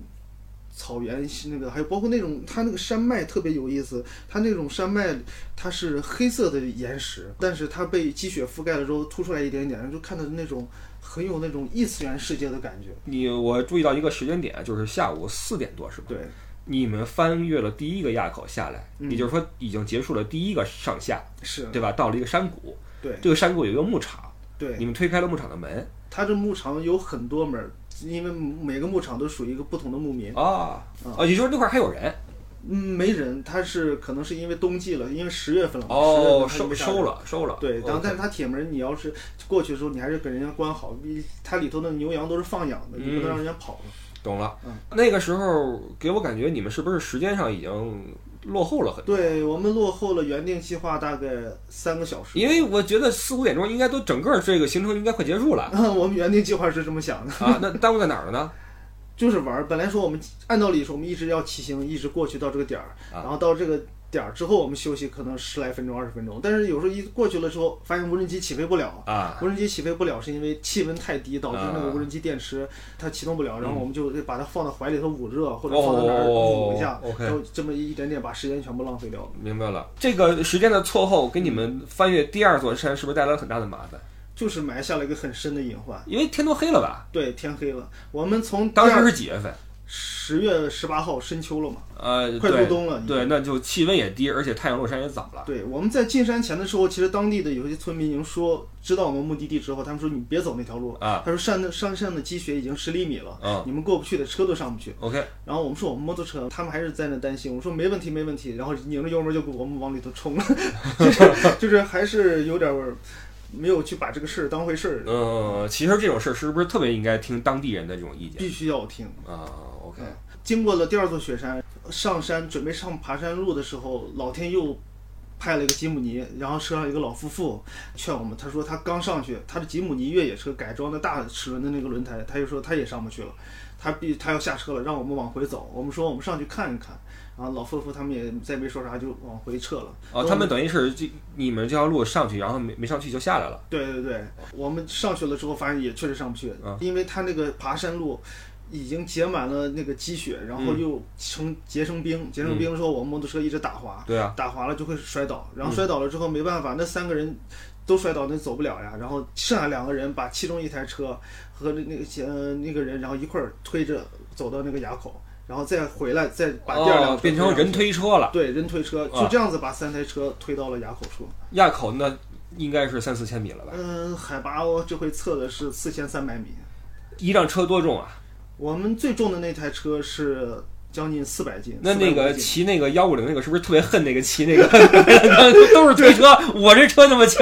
Speaker 2: 草原，那个还有包括那种它那个山脉特别有意思，它那种山脉它是黑色的岩石，但是它被积雪覆盖了之后凸出来一点点，就看到那种很有那种异次元世界的感觉。
Speaker 1: 你我注意到一个时间点，啊就是下午四点多，是吧？
Speaker 2: 对，
Speaker 1: 你们翻越了第一个垭口下来，也就是说已经结束了第一个上下，
Speaker 2: 嗯是，
Speaker 1: 对吧？到了一个山谷，
Speaker 2: 对
Speaker 1: 这个山谷有一个牧场，
Speaker 2: 对，
Speaker 1: 你们推开了牧场的门
Speaker 2: 它这牧场有很多门儿，因为每个牧场都属于一个不同的牧民。
Speaker 1: 啊哦，也就是说那块儿还有人
Speaker 2: 嗯，没人，它是可能是因为冬季了，因为十月份了嘛，十月
Speaker 1: 哦，
Speaker 2: 份它就
Speaker 1: 收
Speaker 2: 没啥人
Speaker 1: 收了收了，
Speaker 2: 对，然后
Speaker 1: 哦
Speaker 2: 但是它铁门，你要是过去的时候，你还是给人家关好，你它里头的牛羊都是放养的，你不
Speaker 1: 嗯
Speaker 2: 能让人家跑了。
Speaker 1: 懂了
Speaker 2: 嗯。
Speaker 1: 那个时候给我感觉你们是不是时间上已经落后了很多？
Speaker 2: 对我们落后了原定计划大概三个小时，
Speaker 1: 因为我觉得四五点钟应该都整个这个行程应该快结束了
Speaker 2: 我们原定计划是这么想的，
Speaker 1: 啊，那耽误在哪儿了呢？
Speaker 2: 就是玩儿。本来说我们按道理说我们一直要骑行，一直过去到这个点儿，
Speaker 1: 啊
Speaker 2: 然后到这个点儿之后我们休息可能十来分钟、二十分钟，但是有时候一过去了之后，发现无人机起飞不了。
Speaker 1: 啊，
Speaker 2: 无人机起飞不了，是因为气温太低，导致那个无人机电池它启动不了，然后我们就得把它放到怀里头捂热，或者放到哪儿捂一下，
Speaker 1: 嗯哦，OK
Speaker 2: 然后这么一点点把时间全部浪费掉了。
Speaker 1: 明白了。这个时间的错后给你们翻越第二座山是不是带来了很大的麻烦？
Speaker 2: 就是埋下了一个很深的隐患。
Speaker 1: 因为天都黑了吧？
Speaker 2: 对，天黑了，我们嗯从
Speaker 1: 当时是几月份？
Speaker 2: 十月十八号深秋了嘛，
Speaker 1: 呃，
Speaker 2: 快入
Speaker 1: 对
Speaker 2: 冬了。
Speaker 1: 对，那就气温也低，而且太阳落山也早了。
Speaker 2: 对，我们在进山前的时候，其实当地的有些村民已经说，知道我们目的地之后，他们说你别走那条路
Speaker 1: 啊。
Speaker 2: 他说山的山上的积雪已经十厘米了，
Speaker 1: 嗯
Speaker 2: 你们过不去的，车都上不去。
Speaker 1: ，OK，
Speaker 2: 然后我们说我们摩托车，他们还是在那担心。我说没问题，没问题。然后拧着油门就给我们往里头冲 了，就是 就是还是有点儿没有去把这个事儿当回事儿，
Speaker 1: 嗯，其实这种事儿是不是特别应该听当地人的这种意见
Speaker 2: 必须要听。
Speaker 1: 啊？OK，
Speaker 2: 经过了第二座雪山，上山准备上爬山路的时候，老天又派了一个吉姆尼，然后车上一个老夫妇劝我们，他说他刚上去，他的吉姆尼越野车改装的大齿轮的那个轮胎，他就说他也上不去了，他必他要下车了，让我们往回走。我们说我们上去看一看，然后老夫妇他们也再没说啥，就往回撤了。
Speaker 1: 哦，他们等于是这你们这条路上去，然后没没上去就下来了。
Speaker 2: 对对对，我们上去了之后，发现也确实上不去，
Speaker 1: 嗯
Speaker 2: 因为他那个爬山路已经结满了那个积雪，然
Speaker 1: 嗯
Speaker 2: 后又成结成冰，结成冰之后，我摩托车一直打滑，
Speaker 1: 对啊，嗯
Speaker 2: 打滑了就会摔倒，然后摔倒了之后没办法，那三个人都摔倒，那走不了呀。然后剩下两个人把其中一台车和那个呃那个人，然后一块儿推着走到那个垭口，然后再回来，再把第二辆
Speaker 1: 哦，
Speaker 2: 车
Speaker 1: 变成
Speaker 2: 推上
Speaker 1: 人推车了。
Speaker 2: 对人推车，
Speaker 1: 啊
Speaker 2: 就这样子把三台车推到了垭口处。
Speaker 1: 垭口那应该是三四千米了吧？
Speaker 2: 嗯、海拔我这回测的是四千三百米，
Speaker 1: 一辆车多重啊？
Speaker 2: 我们最重的那台车是将近四百斤。
Speaker 1: 那那
Speaker 2: 450
Speaker 1: 个
Speaker 2: 斤
Speaker 1: 骑那个幺五零那个是不是特别恨那个骑那个 都是推车，我这车那么轻，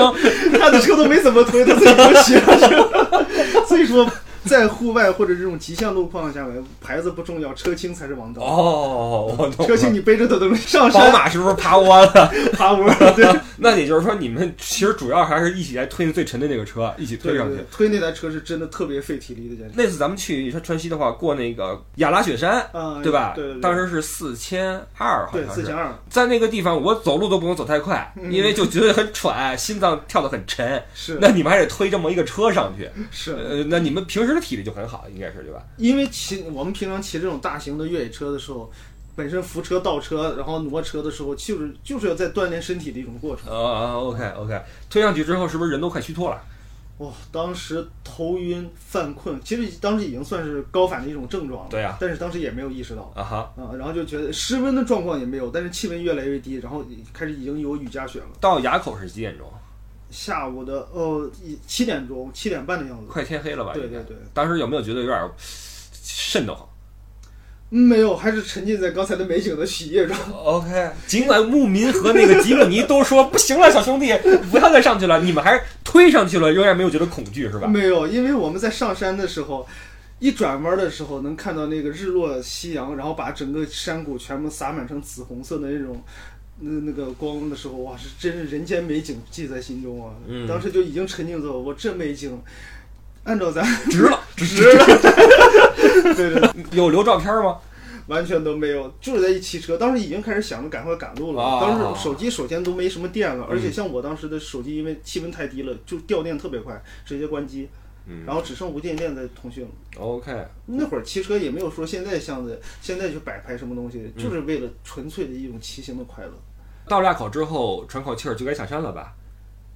Speaker 2: 他的车都没怎么推，他自己都骑上去了。所以说，在户外或者这种极限路况下面，牌子不重要，车轻才是王道。
Speaker 1: 哦，我懂
Speaker 2: 车轻
Speaker 1: 了。
Speaker 2: 你背着它都能上
Speaker 1: 宝
Speaker 2: 山
Speaker 1: 马是不是爬弯了？
Speaker 2: 爬窝儿，对
Speaker 1: 那也就是说，你们其实主要还是一起来推最沉的那个车，一起推
Speaker 2: 对
Speaker 1: 上
Speaker 2: 对
Speaker 1: 去
Speaker 2: 对。，推那台车是真的特别费体力的，简直。
Speaker 1: 那次咱们去川川西的话，过那个亚拉雪山，
Speaker 2: 啊，
Speaker 1: 对吧？
Speaker 2: 对对对，
Speaker 1: 当时是四千二，好
Speaker 2: 对
Speaker 1: 像
Speaker 2: 四千
Speaker 1: 是。
Speaker 2: 二
Speaker 1: 在那个地方，我走路都不能走太快，
Speaker 2: 嗯
Speaker 1: 因为就觉得很喘，心脏跳得很沉。
Speaker 2: 是
Speaker 1: 那你们还得推这么一个车上去，
Speaker 2: 是，
Speaker 1: 呃，那你们平时的体力就很好，应该是对吧？
Speaker 2: 因为骑我们平常骑这种大型的越野车的时候。本身扶车、倒车，然后挪车的时候，就是就是要在锻炼身体的一种过程。
Speaker 1: 啊、啊 o k OK，推上去之后是不是人都快虚脱了？
Speaker 2: 哇、当时头晕犯困，其实当时已经算是高反的一种症状了。
Speaker 1: 对呀
Speaker 2: 但是当时也没有意识到
Speaker 1: 啊哈，
Speaker 2: 啊、然后就觉得失温的状况也没有，但是气温越来越低，然后开始已经有雨夹雪了。
Speaker 1: 到垭口是几点钟？
Speaker 2: 下午的呃一七点钟、七点半的样子。
Speaker 1: 快天黑了吧？
Speaker 2: 对
Speaker 1: 应该
Speaker 2: 对对，
Speaker 1: 当时有没有觉得有点儿瘆得慌
Speaker 2: 嗯没有，还是沉浸在刚才的美景的喜悦中。
Speaker 1: ？OK，尽管牧民和那个吉勒尼都说不行了，小兄弟， 不要再上去了，你们还是推上去了，仍然没有觉得恐惧是吧？
Speaker 2: 没有，因为我们在上山的时候，一转弯的时候能看到那个日落夕阳，然后把整个山谷全部洒满成紫红色的那种。那那个光的时候，哇，是真是人间美景记在心中啊！
Speaker 1: 嗯
Speaker 2: 当时就已经沉浸在我这美景，按照咱
Speaker 1: 值了，
Speaker 2: 值了，对 对对，
Speaker 1: 有留照片吗？
Speaker 2: 完全都没有，就是在一骑车，当时已经开始想着赶快赶路了。
Speaker 1: 啊嗯
Speaker 2: 当时手机首先都没什么电了，而且像我当时的手机，因为气温太低了，就掉电特别快，直接关机，
Speaker 1: 嗯
Speaker 2: 然后只剩无线电在通讯了。
Speaker 1: ，OK，
Speaker 2: 那会儿骑车也没有说现在像的，现在去摆拍什么东西，
Speaker 1: 嗯
Speaker 2: 就是为了纯粹的一种骑行的快乐。
Speaker 1: 到垭口之后喘口气儿就该下山了吧？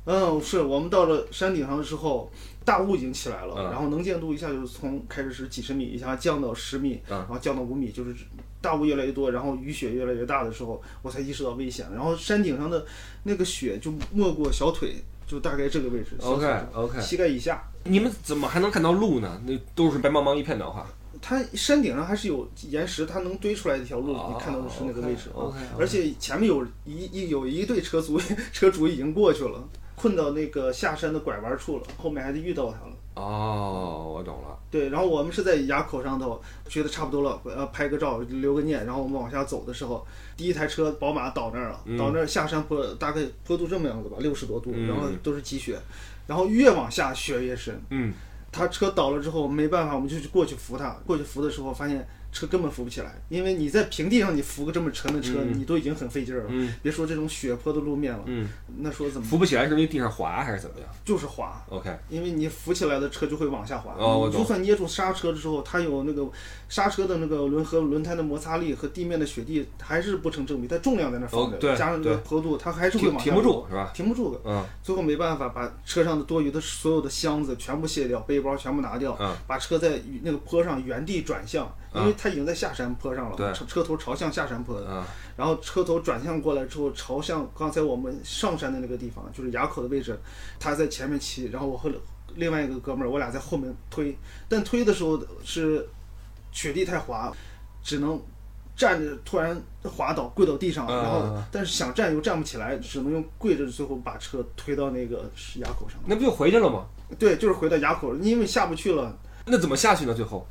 Speaker 2: 嗯，是我们到了山顶上之后，大雾已经起来了，
Speaker 1: 嗯
Speaker 2: 然后能见度一下就是从开始是几十米，一下降到十米，
Speaker 1: 嗯
Speaker 2: 然后降到五米，就是大雾越来越多，然后雨雪越来越大的时候，我才意识到危险。然后山顶上的那个雪就没过小腿，就大概这个位置小腿
Speaker 1: OK，OK
Speaker 2: 膝盖以下。
Speaker 1: 你们怎么还能看到路呢？那都是白茫茫一片的话，
Speaker 2: 它山顶上还是有岩石，它能堆出来一条路，
Speaker 1: 哦
Speaker 2: 你看到的是那个位置。哦
Speaker 1: OK，OK，OK
Speaker 2: 而且前面有一一有一队车族车主已经过去了，困到那个下山的拐弯处了，后面还得遇到他了。
Speaker 1: 哦，我懂了。
Speaker 2: 对，然后我们是在垭口上头，觉得差不多了，呃，拍个照留个念，然后我们往下走的时候，第一台车宝马倒那儿了，
Speaker 1: 嗯
Speaker 2: 倒那儿下山坡大概坡度这么样子吧，六十多度，
Speaker 1: 嗯
Speaker 2: 然后都是积雪，然后越往下雪越深。
Speaker 1: 嗯，
Speaker 2: 他车倒了之后没办法，我们就去过去扶他。过去扶的时候，发现车根本扶不起来，因为你在平地上你扶个这么沉的车，
Speaker 1: 嗯
Speaker 2: 你都已经很费劲儿了，
Speaker 1: 嗯
Speaker 2: 别说这种雪坡的路面了。
Speaker 1: 嗯，
Speaker 2: 那说怎么
Speaker 1: 扶不起来是因为地上滑还是怎么样哦
Speaker 2: 就是滑，
Speaker 1: ？OK，
Speaker 2: 因为你扶起来的车就会往下滑。
Speaker 1: 哦我
Speaker 2: 你
Speaker 1: 懂
Speaker 2: 就算捏住刹车的时候，它有那个刹车的那个轮和轮胎的摩擦力和地面的雪地还是不成正比，它重量在那放着，
Speaker 1: 哦对
Speaker 2: 加上那个
Speaker 1: 对
Speaker 2: 坡度，它还是会
Speaker 1: 停
Speaker 2: 往下
Speaker 1: 停不，住是吧？
Speaker 2: 停不住的。
Speaker 1: 嗯
Speaker 2: 最后没办法，把车上的多余的所有的箱子全部卸掉，背包全部拿掉，
Speaker 1: 嗯
Speaker 2: 把车在那个坡上原地转向，因为它已经在下山坡上了，
Speaker 1: 对
Speaker 2: 车车头朝向下山坡的，
Speaker 1: 嗯
Speaker 2: 然后车头转向过来之后，朝向刚才我们上山的那个地方，就是垭口的位置，他在前面骑，然后我和另外一个哥们儿，我俩在后面推，但推的时候是雪地太滑，只能。站着突然滑倒，跪到地上，
Speaker 1: 嗯
Speaker 2: 然后但是想站又站不起来，只能用跪着，最后把车推到那个垭口上。
Speaker 1: 那不就回去了
Speaker 2: 啊
Speaker 1: 吗？
Speaker 2: 对，就是回到垭口，因为下不去了。
Speaker 1: 那怎么下去呢？最后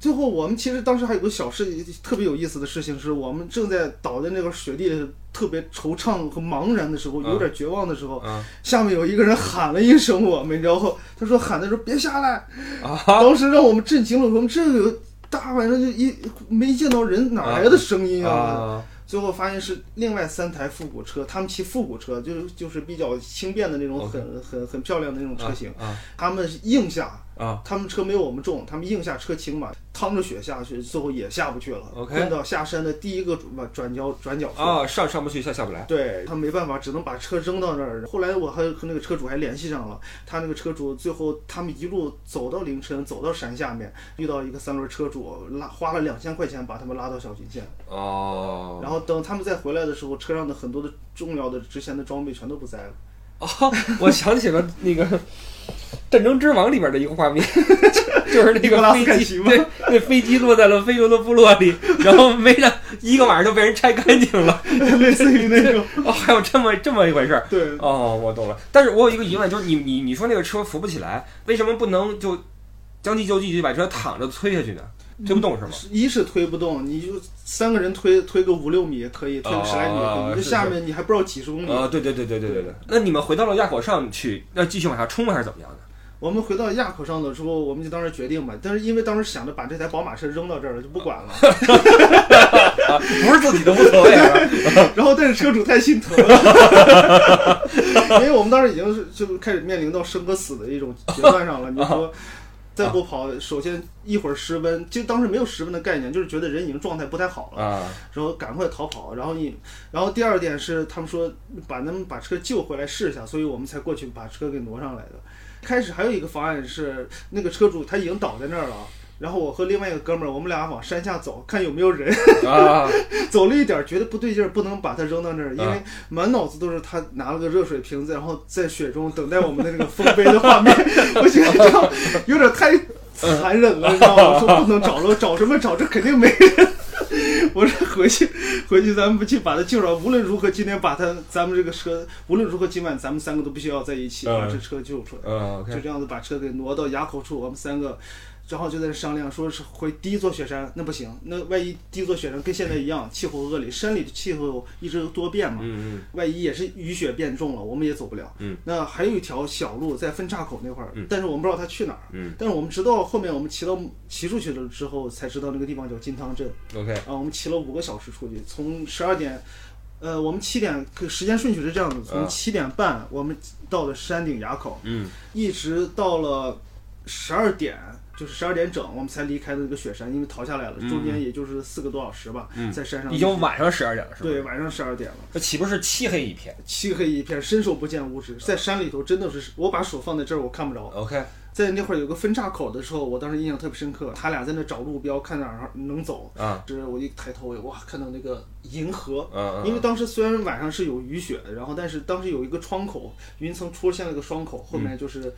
Speaker 2: 最后我们其实当时还有个小事，特别有意思的事情是，我们正在倒在那个雪地里特别惆怅和茫然的时候，
Speaker 1: 嗯
Speaker 2: 有点绝望的时候，
Speaker 1: 嗯
Speaker 2: 下面有一个人喊了一声我们，然后他说喊的时候别下来，
Speaker 1: 啊，
Speaker 2: 当时让我们震惊了，我们这个大晚上就一没见到人，哪来的声音啊？
Speaker 1: 啊
Speaker 2: 最后发现是另外三台复古车，他们骑复古车，就是就是比较轻便的那种，很很很漂亮的那种车型。
Speaker 1: 啊
Speaker 2: 他们硬下，
Speaker 1: 啊，
Speaker 2: 他们车没有我们重，他们硬下车轻嘛，趟着雪下去，最后也下不去了。
Speaker 1: OK
Speaker 2: 困到下山的第一个转转角转角处。
Speaker 1: 啊，上上不去，下下不来。
Speaker 2: 对他没办法，只能把车扔到那儿。后来我还和那个车主还联系上了，他那个车主最后他们一路走到凌晨，走到山下面，遇到一个三轮车主拉花了两千块钱把他们拉到小金县。
Speaker 1: 哦，
Speaker 2: 然后等他们再回来的时候，车上的很多的重要的值钱的装备全都不在了。
Speaker 1: 哦，我想起了那个《战争之王》里边的一个画面， 就是那
Speaker 2: 尼古
Speaker 1: 个
Speaker 2: 拉斯
Speaker 1: 飞
Speaker 2: 凯
Speaker 1: 机，
Speaker 2: 奇吗
Speaker 1: 对，那飞机落在了非洲的部落里，然后没了一个晚上就被人拆干净了。
Speaker 2: 类似于那种，
Speaker 1: 哦，还有这么这么一回事儿。
Speaker 2: 对，
Speaker 1: 哦，我懂了。但是我有一个疑问，就是你你你说那个车扶不起来，为什么不能就将计就计就把车躺着推下去呢？推不动是吗？
Speaker 2: 一是推不动，你就三个人推推个五六米可以，推个十来米也可
Speaker 1: 哦
Speaker 2: 以，你
Speaker 1: 是
Speaker 2: 这下面你还不知道几十公里。
Speaker 1: 啊、对对对对对对对。那你们回到了亚火上去，要继续往下冲还是怎么样的？
Speaker 2: 我们回到垭口上的时候，我们就当时决定吧，但是因为当时想着把这台宝马车扔到这儿了，就不管了。
Speaker 1: 啊，不是自己的无所谓啊了。
Speaker 2: 然后，但是车主太心疼了，因为我们当时已经是就开始面临到生和死的一种决断上了。你说再不跑，首先一会儿失温，就当时没有失温的概念，就是觉得人已经状态不太好 了，
Speaker 1: 啊，
Speaker 2: 然后赶快逃跑。然后你，然后第二点是他们说把他们把车救回来试一下，所以我们才过去把车给挪上来的。开始还有一个方案是那个车主他已经倒在那儿了。然后我和另外一个哥们儿，我们俩往山下走，看有没有人。
Speaker 1: 啊，
Speaker 2: 走了一点，儿，觉得不对劲儿，不能把它扔到那儿，因为
Speaker 1: 啊
Speaker 2: 满脑子都是他拿了个热水瓶子，然后在雪中等待我们的那个丰碑的画面，我觉得这样有点太残忍了，你知道吗？我说不能找了，找什么找？这肯定没人。我说回去，回去咱们去把他救上。无论如何，今天把他咱们这个车，无论如何，今晚咱们三个都必须要在一起把
Speaker 1: 嗯
Speaker 2: 这车救出来。
Speaker 1: 嗯，OK，
Speaker 2: 就这样子把车给挪到垭口处，我们三个，然后就在那商量，说是回第一座雪山，那不行，那万一第一座雪山跟现在一样，气候恶劣，山里的气候一直多变嘛，
Speaker 1: 嗯
Speaker 2: 万一也是雨雪变重了，我们也走不了。
Speaker 1: 嗯，
Speaker 2: 那还有一条小路在分岔口那块儿，但是我们不知道它去哪儿。
Speaker 1: 嗯，
Speaker 2: 但是我们直到后面我们骑到骑出去了之后，才知道那个地方叫金汤镇。
Speaker 1: 嗯，OK，
Speaker 2: 啊，我们骑了五个小时出去，从十二点，呃，我们七点，可时间顺序是这样子，从
Speaker 1: 嗯
Speaker 2: 七点半我们到的山顶垭口，
Speaker 1: 嗯，
Speaker 2: 一直到了十二点，就是十二点整，我们才离开的那个雪山，因为逃下来
Speaker 1: 嗯
Speaker 2: 了，中间也就是四个多小时吧，在山上
Speaker 1: 已经晚上十二点了，是吧？
Speaker 2: 对，晚上十二点了，
Speaker 1: 这岂不是漆黑一片
Speaker 2: 漆黑一片，伸手不见五指，在山里头真的是，我把手放在这儿，我看不着。
Speaker 1: ？OK，
Speaker 2: 在那会儿有个分岔口的时候，我当时印象特别深刻，他俩在那找路标，看哪儿能走。
Speaker 1: 啊，
Speaker 2: 这我一抬头，哇，看到那个银河，
Speaker 1: 嗯
Speaker 2: 因为当时虽然晚上是有雨雪，然后但是当时有一个窗口，云层出现了个窗口，后面就是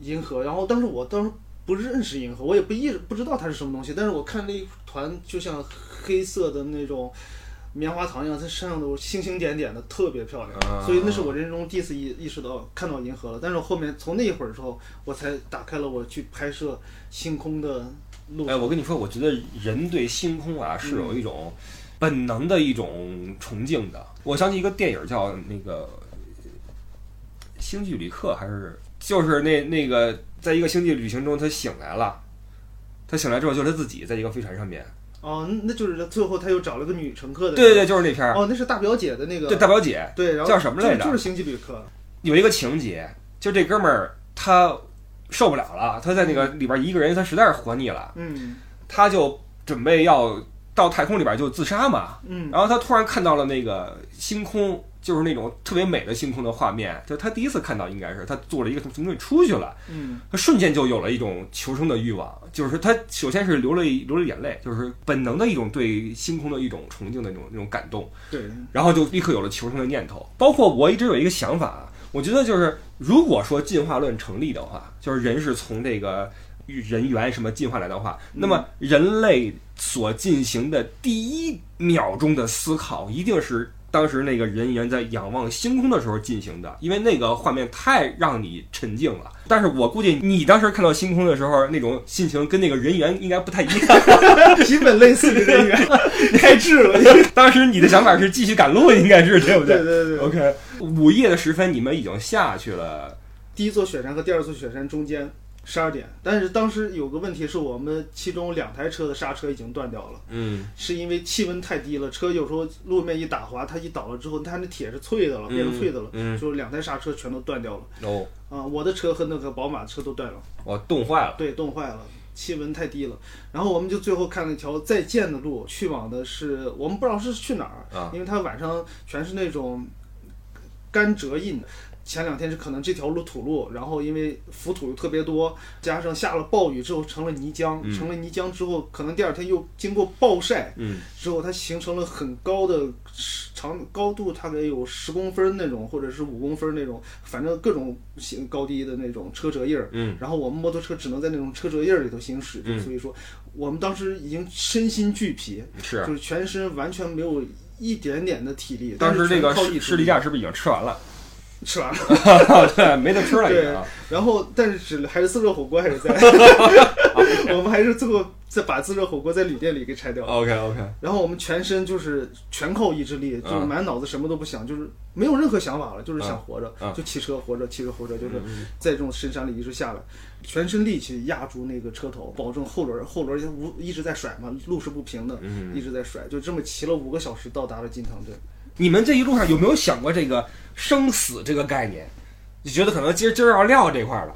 Speaker 2: 银河。然后当时我当时不认识银河，我也不意识不知道它是什么东西，但是我看那一团就像黑色的那种棉花糖一样，在山上都星星点点的，特别漂亮。
Speaker 1: 啊
Speaker 2: 所以那是我人生中第一次意意识到看到银河了。但是我后面从那一会儿之后，我才打开了我去拍摄星空的路。嗯
Speaker 1: 哎，我跟你说，我觉得人对星空啊是有一种本能的一种崇敬的。我想起一个电影叫那个《星际旅客》，还是就是那那个在一个星际旅行中，他醒来了。他醒来之后就是他自己在一个飞船上面，
Speaker 2: 哦，那就是最后他又找了个女乘客的。
Speaker 1: 对对对，就是那片儿，
Speaker 2: 哦，那是大表姐的那个。
Speaker 1: 就大表姐
Speaker 2: 对，然后
Speaker 1: 叫什么来着
Speaker 2: 就就是星际旅客。
Speaker 1: 有一个情节，就这哥们儿他受不了了，他在那个里边一个人，他实在是活腻了，
Speaker 2: 嗯
Speaker 1: 他就准备要到太空里边就自杀嘛，
Speaker 2: 嗯
Speaker 1: 然后他突然看到了那个星空，就是那种特别美的星空的画面，就是他第一次看到，应该是他做了一个从那出去了，
Speaker 2: 嗯
Speaker 1: 他瞬间就有了一种求生的欲望，就是他首先是流了一流了眼泪，就是本能的一种对星空的一种崇敬的那种那种感动，
Speaker 2: 对，
Speaker 1: 然后就立刻有了求生的念头。包括我一直有一个想法啊，我觉得就是如果说进化论成立的话，就是人是从这个人猿什么进化来的话，那么人类所进行的第一秒钟的思考，一定是当时那个人猿在仰望星空的时候进行的，因为那个画面太让你沉浸了。但是我估计你当时看到星空的时候，那种心情跟那个人猿应该不太一样。
Speaker 2: 基本类似于 人员，太智了。对
Speaker 1: 当时你的想法是继续赶路，应该是对不对
Speaker 2: 对？对对，
Speaker 1: OK，午夜的时分，你们已经下去了。
Speaker 2: 第一座雪山和第二座雪山中间，十二点。但是当时有个问题是我们其中两台车的刹车已经断掉了，
Speaker 1: 嗯，
Speaker 2: 是因为气温太低了，车有时候路面一打滑，它一倒了之后，它那铁是脆的了，变成脆的了，
Speaker 1: 嗯，
Speaker 2: 就两台刹车全都断掉了。
Speaker 1: 哦，
Speaker 2: 啊、我的车和那个宝马的车都断了，
Speaker 1: 我冻坏了，
Speaker 2: 对，冻坏了。气温太低了，然后我们就最后看了一条再建的路，去往的是我们不知道是去哪儿，
Speaker 1: 啊
Speaker 2: 因为它晚上全是那种甘蔗印。前两天是可能这条路土路，然后因为浮土又特别多，加上下了暴雨之后成了泥浆，
Speaker 1: 嗯
Speaker 2: 成了泥浆之后，可能第二天又经过暴晒，
Speaker 1: 嗯，
Speaker 2: 之后它形成了很高的长高度，它得有十公分那种，或者是五公分那种，反正各种形高低的那种车辙印儿。
Speaker 1: 嗯，
Speaker 2: 然后我们摩托车只能在那种车辙印儿里头行驶，
Speaker 1: 嗯
Speaker 2: 所以说我们当时已经身心俱疲，
Speaker 1: 是。
Speaker 2: 就是全身完全没有一点点的体力。
Speaker 1: 当
Speaker 2: 但
Speaker 1: 时
Speaker 2: 是
Speaker 1: 这个
Speaker 2: 全靠
Speaker 1: 士
Speaker 2: 意
Speaker 1: 士
Speaker 2: 志
Speaker 1: 力
Speaker 2: 力
Speaker 1: 架是不是已经吃完了？
Speaker 2: 吃完了，
Speaker 1: 对，没得吃了已经啊。
Speaker 2: 然后但是只还是自热火锅还是在， 我们还是最后再把自热火锅在旅店里给拆掉了。
Speaker 1: OK OK，
Speaker 2: 然后我们全身就是全靠意志力，就是
Speaker 1: 嗯
Speaker 2: 满脑子什么都不想，就是没有任何想法了，就是想活着，
Speaker 1: 嗯
Speaker 2: 就骑车活着，骑车活着，就是在这种深山里一直下来，全身力气压住那个车头，保证后轮后轮无一直在甩嘛，路是不平的，
Speaker 1: 嗯
Speaker 2: 一直在甩，就这么骑了五个小时到达了金堂镇。
Speaker 1: 你们这一路上有没有想过这个生死这个概念？你觉得可能今儿今儿要撂这块儿了？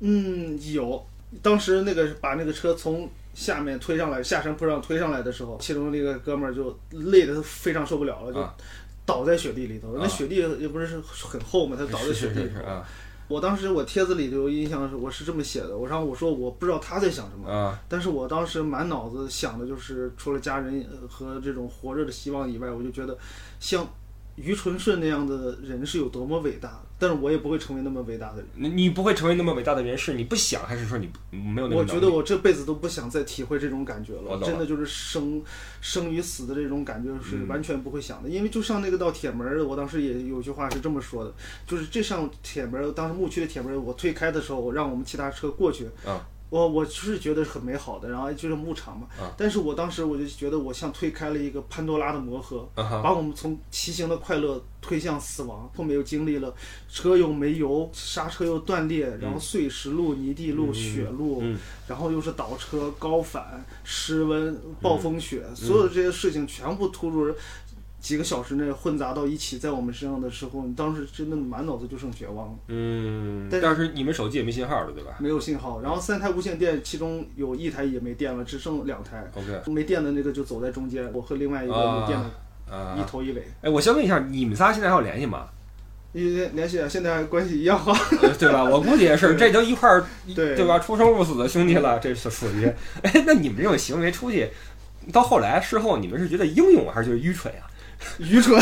Speaker 2: 嗯，有，当时那个把那个车从。下面推上来，下山坡上推上来的时候，其中那个哥们儿就累得非常受不了了，就
Speaker 1: 啊
Speaker 2: 倒在雪地里头。
Speaker 1: 啊
Speaker 2: 那雪地也不是是很厚嘛，他倒在雪地里
Speaker 1: 是
Speaker 2: 头。
Speaker 1: 是啊
Speaker 2: 我当时我帖子里头有印象是我是这么写的，我然后我说我不知道他在想什么，
Speaker 1: 啊
Speaker 2: 但是我当时满脑子想的就是除了家人呃和这种活着的希望以外，我就觉得像于纯顺那样的人是有多么伟大，但是我也不会成为那么伟大的人。
Speaker 1: 你你不会成为那么伟大的人，是你不想，还是说你不没有那个
Speaker 2: 我
Speaker 1: 能力？
Speaker 2: 觉得我这辈子都不想再体会这种感觉
Speaker 1: 我懂
Speaker 2: 了，
Speaker 1: 了嗯
Speaker 2: 真的就是生生与死的这种感觉是完全不会想的，因为就上那个道铁门儿，我当时也有句话是这么说的，就是这上铁门儿，当时牧区的铁门儿，我推开的时候，我让我们其他车过去，
Speaker 1: 嗯
Speaker 2: 我我是觉得很美好的，然后就是牧场嘛，
Speaker 1: 嗯
Speaker 2: 但是我当时我就觉得我像推开了一个潘多拉的魔盒，
Speaker 1: 啊哈
Speaker 2: 把我们从骑行的快乐推向死亡。后面又经历了车又没油，刹车又断裂，然后碎石路、泥地路、雪路，
Speaker 1: 嗯
Speaker 2: 然后又是倒车、高反、湿温、暴风雪，
Speaker 1: 嗯
Speaker 2: 所有的这些事情全部突入几个小时内混杂到一起，在我们身上的时候，你当时真的满脑子就剩绝望了，
Speaker 1: 嗯，
Speaker 2: 但是
Speaker 1: 但是你们手机也没信号了，对吧
Speaker 2: 没有信号。然后三台无线电，其中有一台也没电了，只剩两台。
Speaker 1: ？OK
Speaker 2: 没电的那个就走在中间，我和另外一个有电的、
Speaker 1: 啊
Speaker 2: 一，头一尾，
Speaker 1: 哎，我先问一下，你们仨现在还有联系吗？
Speaker 2: 因为联系啊现在关系一样好。
Speaker 1: 呃对吧？我估计也是，这都一块儿，
Speaker 2: 对
Speaker 1: 对吧？出生入死的兄弟了，这是属于。哎，那你们这种行为出去，到后来事后，你们是觉得英勇还是觉得愚蠢啊？
Speaker 2: 愚蠢，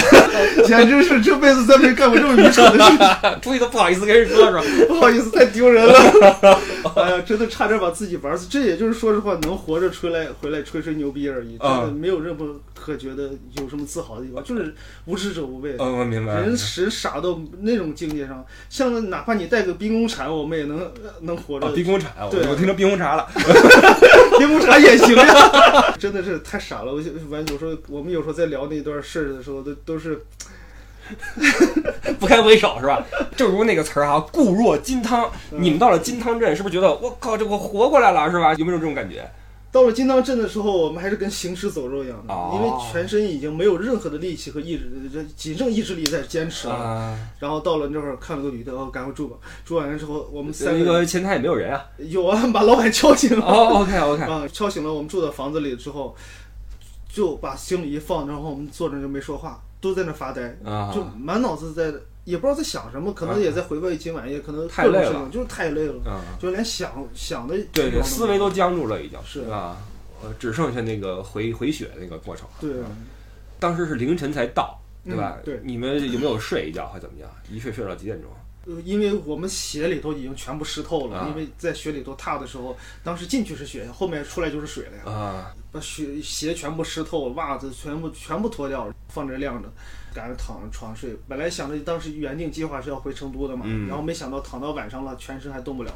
Speaker 2: 简直是这辈子再没干过这么愚蠢的事情，
Speaker 1: 出去都不好啊意思跟人说说。
Speaker 2: 不好意思，太丢人了。哎呀，真的差点把自己玩死。这也就是说实话，能活着出来回来吹吹牛逼而已，真
Speaker 1: 啊
Speaker 2: 的没有任何可觉得有什么自豪的地方，就是无知者无畏。
Speaker 1: 嗯，我明白。
Speaker 2: 人人傻到那种境界上，像哪怕你带个兵工铲，我们也能呃能活着
Speaker 1: 啊，。冰红茶，我
Speaker 2: 对啊
Speaker 1: 我听成冰红茶了。
Speaker 2: 兵工铲也行呀， 真的是太傻了。我就完，有时候我们有时候在聊那段事儿的时候，都都是
Speaker 1: 不堪回首是吧？ 正如那个词儿哈，固若金汤。
Speaker 2: 嗯
Speaker 1: 你们到了金汤镇，是不是觉得我靠，这我活过来了是吧？有没有这种感觉？
Speaker 2: 到了金汤镇的时候，我们还是跟行尸走肉一样的，
Speaker 1: 哦
Speaker 2: 因为全身已经没有任何的力气和意志，呃这仅剩意志力在坚持了。
Speaker 1: 啊，
Speaker 2: 然后到了那会儿，看了个女的，哦，赶快住吧。住完了之后，我们三
Speaker 1: 那
Speaker 2: 人
Speaker 1: 个前台也没有人啊。
Speaker 2: 有啊，把老板敲醒了、
Speaker 1: 哦，OK OK，
Speaker 2: 啊，敲醒了我们住的房子里之后，就把行李一放，然后我们坐那就没说话，都在那发呆，
Speaker 1: 啊，
Speaker 2: 就满脑子在也不知道在想什么，可能也在回味一今晚，也可能
Speaker 1: 太累了
Speaker 2: 各种事情就是太累了，
Speaker 1: 啊，
Speaker 2: 就连想想的
Speaker 1: 对对，思维
Speaker 2: 都
Speaker 1: 都僵住了，已经
Speaker 2: 是
Speaker 1: 啊，呃，只剩下那个回回血那个过程。
Speaker 2: 对啊。
Speaker 1: 当时是凌晨才到，对吧？
Speaker 2: 嗯对
Speaker 1: 你们有没有睡一觉或怎么样？一睡睡到几点钟？
Speaker 2: 呃，因为我们鞋里头已经全部湿透了，
Speaker 1: 啊
Speaker 2: 因为在雪里头踏的时候，当时进去是雪，后面出来就是水了呀，
Speaker 1: 啊，
Speaker 2: 把雪鞋全部湿透，袜子全部全部脱掉了，放这晾着，赶着躺着床睡。本来想着当时原定计划是要回成都的嘛，
Speaker 1: 嗯
Speaker 2: 然后没想到躺到晚上了，全身还动不了，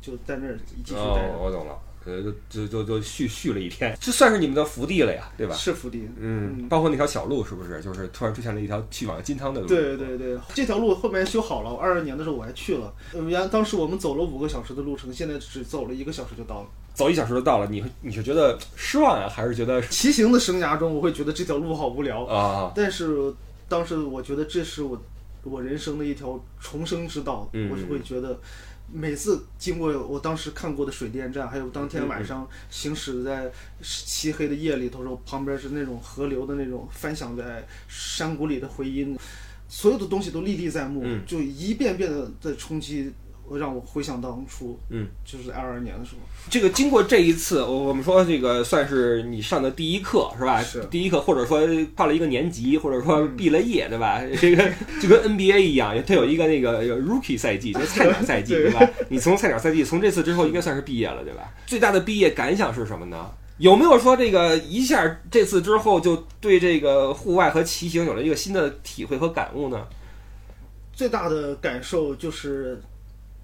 Speaker 2: 就在那儿继续待着。
Speaker 1: 哦，我懂了。呃，就就就续续了一天，这算是你们的福地了呀，对吧？
Speaker 2: 是福地。
Speaker 1: 嗯，包括那条小路是不是，就是突然出现了一条去往金汤的路？
Speaker 2: 对对对，这条路后面修好了，我二二年的时候我还去了，呃原当时我们走了五个小时的路程，现在只走了一个小时就到了。
Speaker 1: 走一小时就到了，你会你是觉得失望啊，还是觉得
Speaker 2: 骑行的生涯中，我会觉得这条路好无聊，
Speaker 1: 啊？
Speaker 2: 但是当时我觉得这是我我人生的一条重生之道，
Speaker 1: 嗯
Speaker 2: 我就会觉得。每次经过我当时看过的水电站，还有当
Speaker 1: 嗯
Speaker 2: 天晚上行驶在漆黑的夜里头时候，旁边是那种河流的那种翻响在山谷里的回音，所有的东西都历历在目，
Speaker 1: 嗯
Speaker 2: 就一遍遍的在冲击，让我回想当初，
Speaker 1: 嗯，
Speaker 2: 就是二二年的时候，
Speaker 1: 这个经过这一次，我我们说这个算是你上的第一课是吧？
Speaker 2: 是嗯
Speaker 1: 第一课，或者说跨了一个年级，或者说毕了业，对吧？ 这个就跟 NBA 一样，它有一个那个 rookie 赛 季，就是菜鸟赛季，对
Speaker 2: 对
Speaker 1: 吧？你从菜鸟赛季，从这次之后应该算是毕业了，对吧？最大的毕业感想是什么呢？有没有说这个一下这次之后就对这个户外和骑行有了一个新的体会和感悟呢？
Speaker 2: 最大的感受就是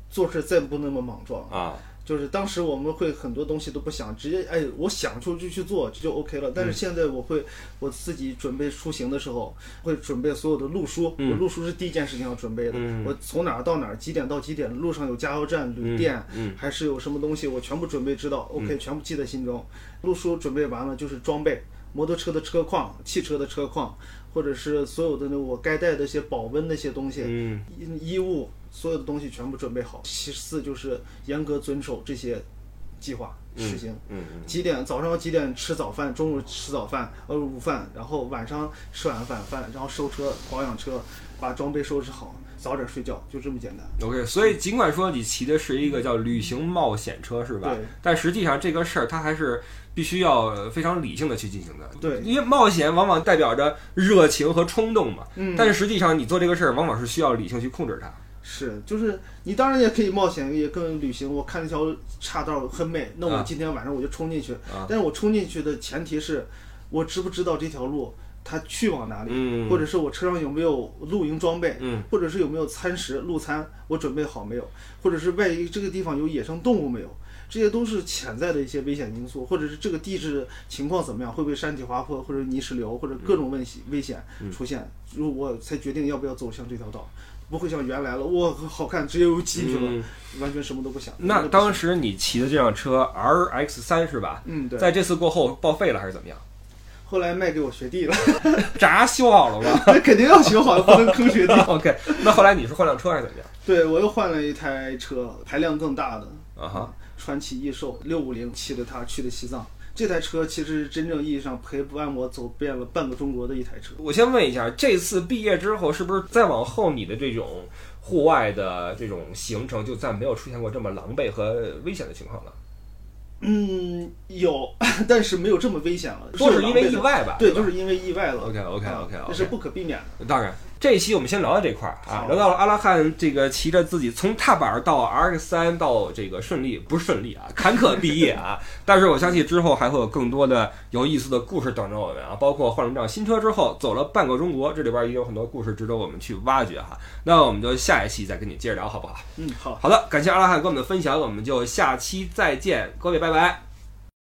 Speaker 2: 做事再不那么莽撞。
Speaker 1: 啊，
Speaker 2: 就是当时我们会很多东西都不想，直接哎，我想就就去做，这就 OK
Speaker 1: 嗯
Speaker 2: 了。但是现在我会我自己准备出行的时候，会准备所有的路书，
Speaker 1: 嗯
Speaker 2: 我路书是第一件事情要准备的。
Speaker 1: 嗯
Speaker 2: 我从哪儿到哪儿，几点到几点，路上有加油站、
Speaker 1: 嗯
Speaker 2: 旅店，
Speaker 1: 嗯
Speaker 2: 还是有什么东西，我全部准备知道，OK，全部记在心中。路书准备完了就是装备，摩托车的车况、汽车的车况，或者是所有的那我该带的一些保温的一些东西，
Speaker 1: 嗯
Speaker 2: 衣衣物，所有的东西全部准备好。其次就是严格遵守这些计划实行。
Speaker 1: 嗯
Speaker 2: 几点？早上几点吃早饭？中午吃早饭，呃，午饭，然后晚上吃完晚饭，然后收车、保养车，把装备收拾好，早点睡觉，就这么简单。
Speaker 1: OK，所以尽管说你骑的是一个叫旅行冒险车，是吧
Speaker 2: 对？
Speaker 1: 但实际上这个事儿它还是必须要呃非常理性的去进行的。
Speaker 2: 对
Speaker 1: 因为冒险往往代表着热情和冲动嘛。
Speaker 2: 嗯
Speaker 1: 但是实际上你做这个事儿，往往是需要理性去控制它。
Speaker 2: 是，就是你当然也可以冒险，也更旅行。我看那条岔道很美，那
Speaker 1: 啊
Speaker 2: 我今天晚上我就冲进去。
Speaker 1: 啊
Speaker 2: 但是我冲进去的前提是，我知不知道这条路它去往哪里，
Speaker 1: 嗯
Speaker 2: 或者是我车上有没有露营装备，
Speaker 1: 嗯
Speaker 2: 或者是有没有餐食、路餐，我准备好没有？或者是万一这个地方有野生动物没有？这些都是潜在的一些危险因素，或者是这个地质情况怎么样，会不会山体滑坡或者泥石流或者各种问题危险
Speaker 1: 嗯
Speaker 2: 出现，如我才决定要不要走向这条道，不会像原来了，我好看直接又进去了，
Speaker 1: 嗯
Speaker 2: 完全什么都不想。
Speaker 1: 那当时你骑的这辆车 RX 三是吧？
Speaker 2: 嗯对，
Speaker 1: 在这次过后报废了还是怎么样？
Speaker 2: 后来卖给我学弟了，
Speaker 1: 闸修好了吗
Speaker 2: 那肯定要学好，不能坑学弟。
Speaker 1: ？OK，那后来你是换辆车还是怎么样？
Speaker 2: 对我又换了一台车，排量更大的，
Speaker 1: 啊哈，
Speaker 2: 川崎益寿六五零，骑着它去的西藏。这台车其实真正意义上陪伴我走遍了半个中国的一台车。
Speaker 1: 我先问一下，这次毕业之后，是不是再往后你的这种户外的这种行程就再没有出现过这么狼狈和危险的情况了？
Speaker 2: 嗯，有， 但是没有这么危险了，
Speaker 1: 都是因为
Speaker 2: 狼狈
Speaker 1: 意
Speaker 2: 的。
Speaker 1: 外吧？
Speaker 2: 对，就是因为意外了。
Speaker 1: OK OK
Speaker 2: 啊
Speaker 1: OK
Speaker 2: 这是
Speaker 1: OK。
Speaker 2: 不可避免的。
Speaker 1: 当然，这一期我们先聊到这块儿啊，
Speaker 2: 好
Speaker 1: 聊到了阿拉汉这个骑着自己从踏板到 RX 三到这个顺利，不是顺利啊， 坎坷毕业啊。但是我相信之后还会有更多的有意思的故事等着我们啊，包括换了一辆新车之后走了半个中国，这里边也有很多故事值得我们去挖掘哈。那我们就下一期再跟你接着聊，好不好？
Speaker 2: 嗯，好，
Speaker 1: 好的，感谢阿拉汉跟我们的分享，我们就下期再见，各位拜拜。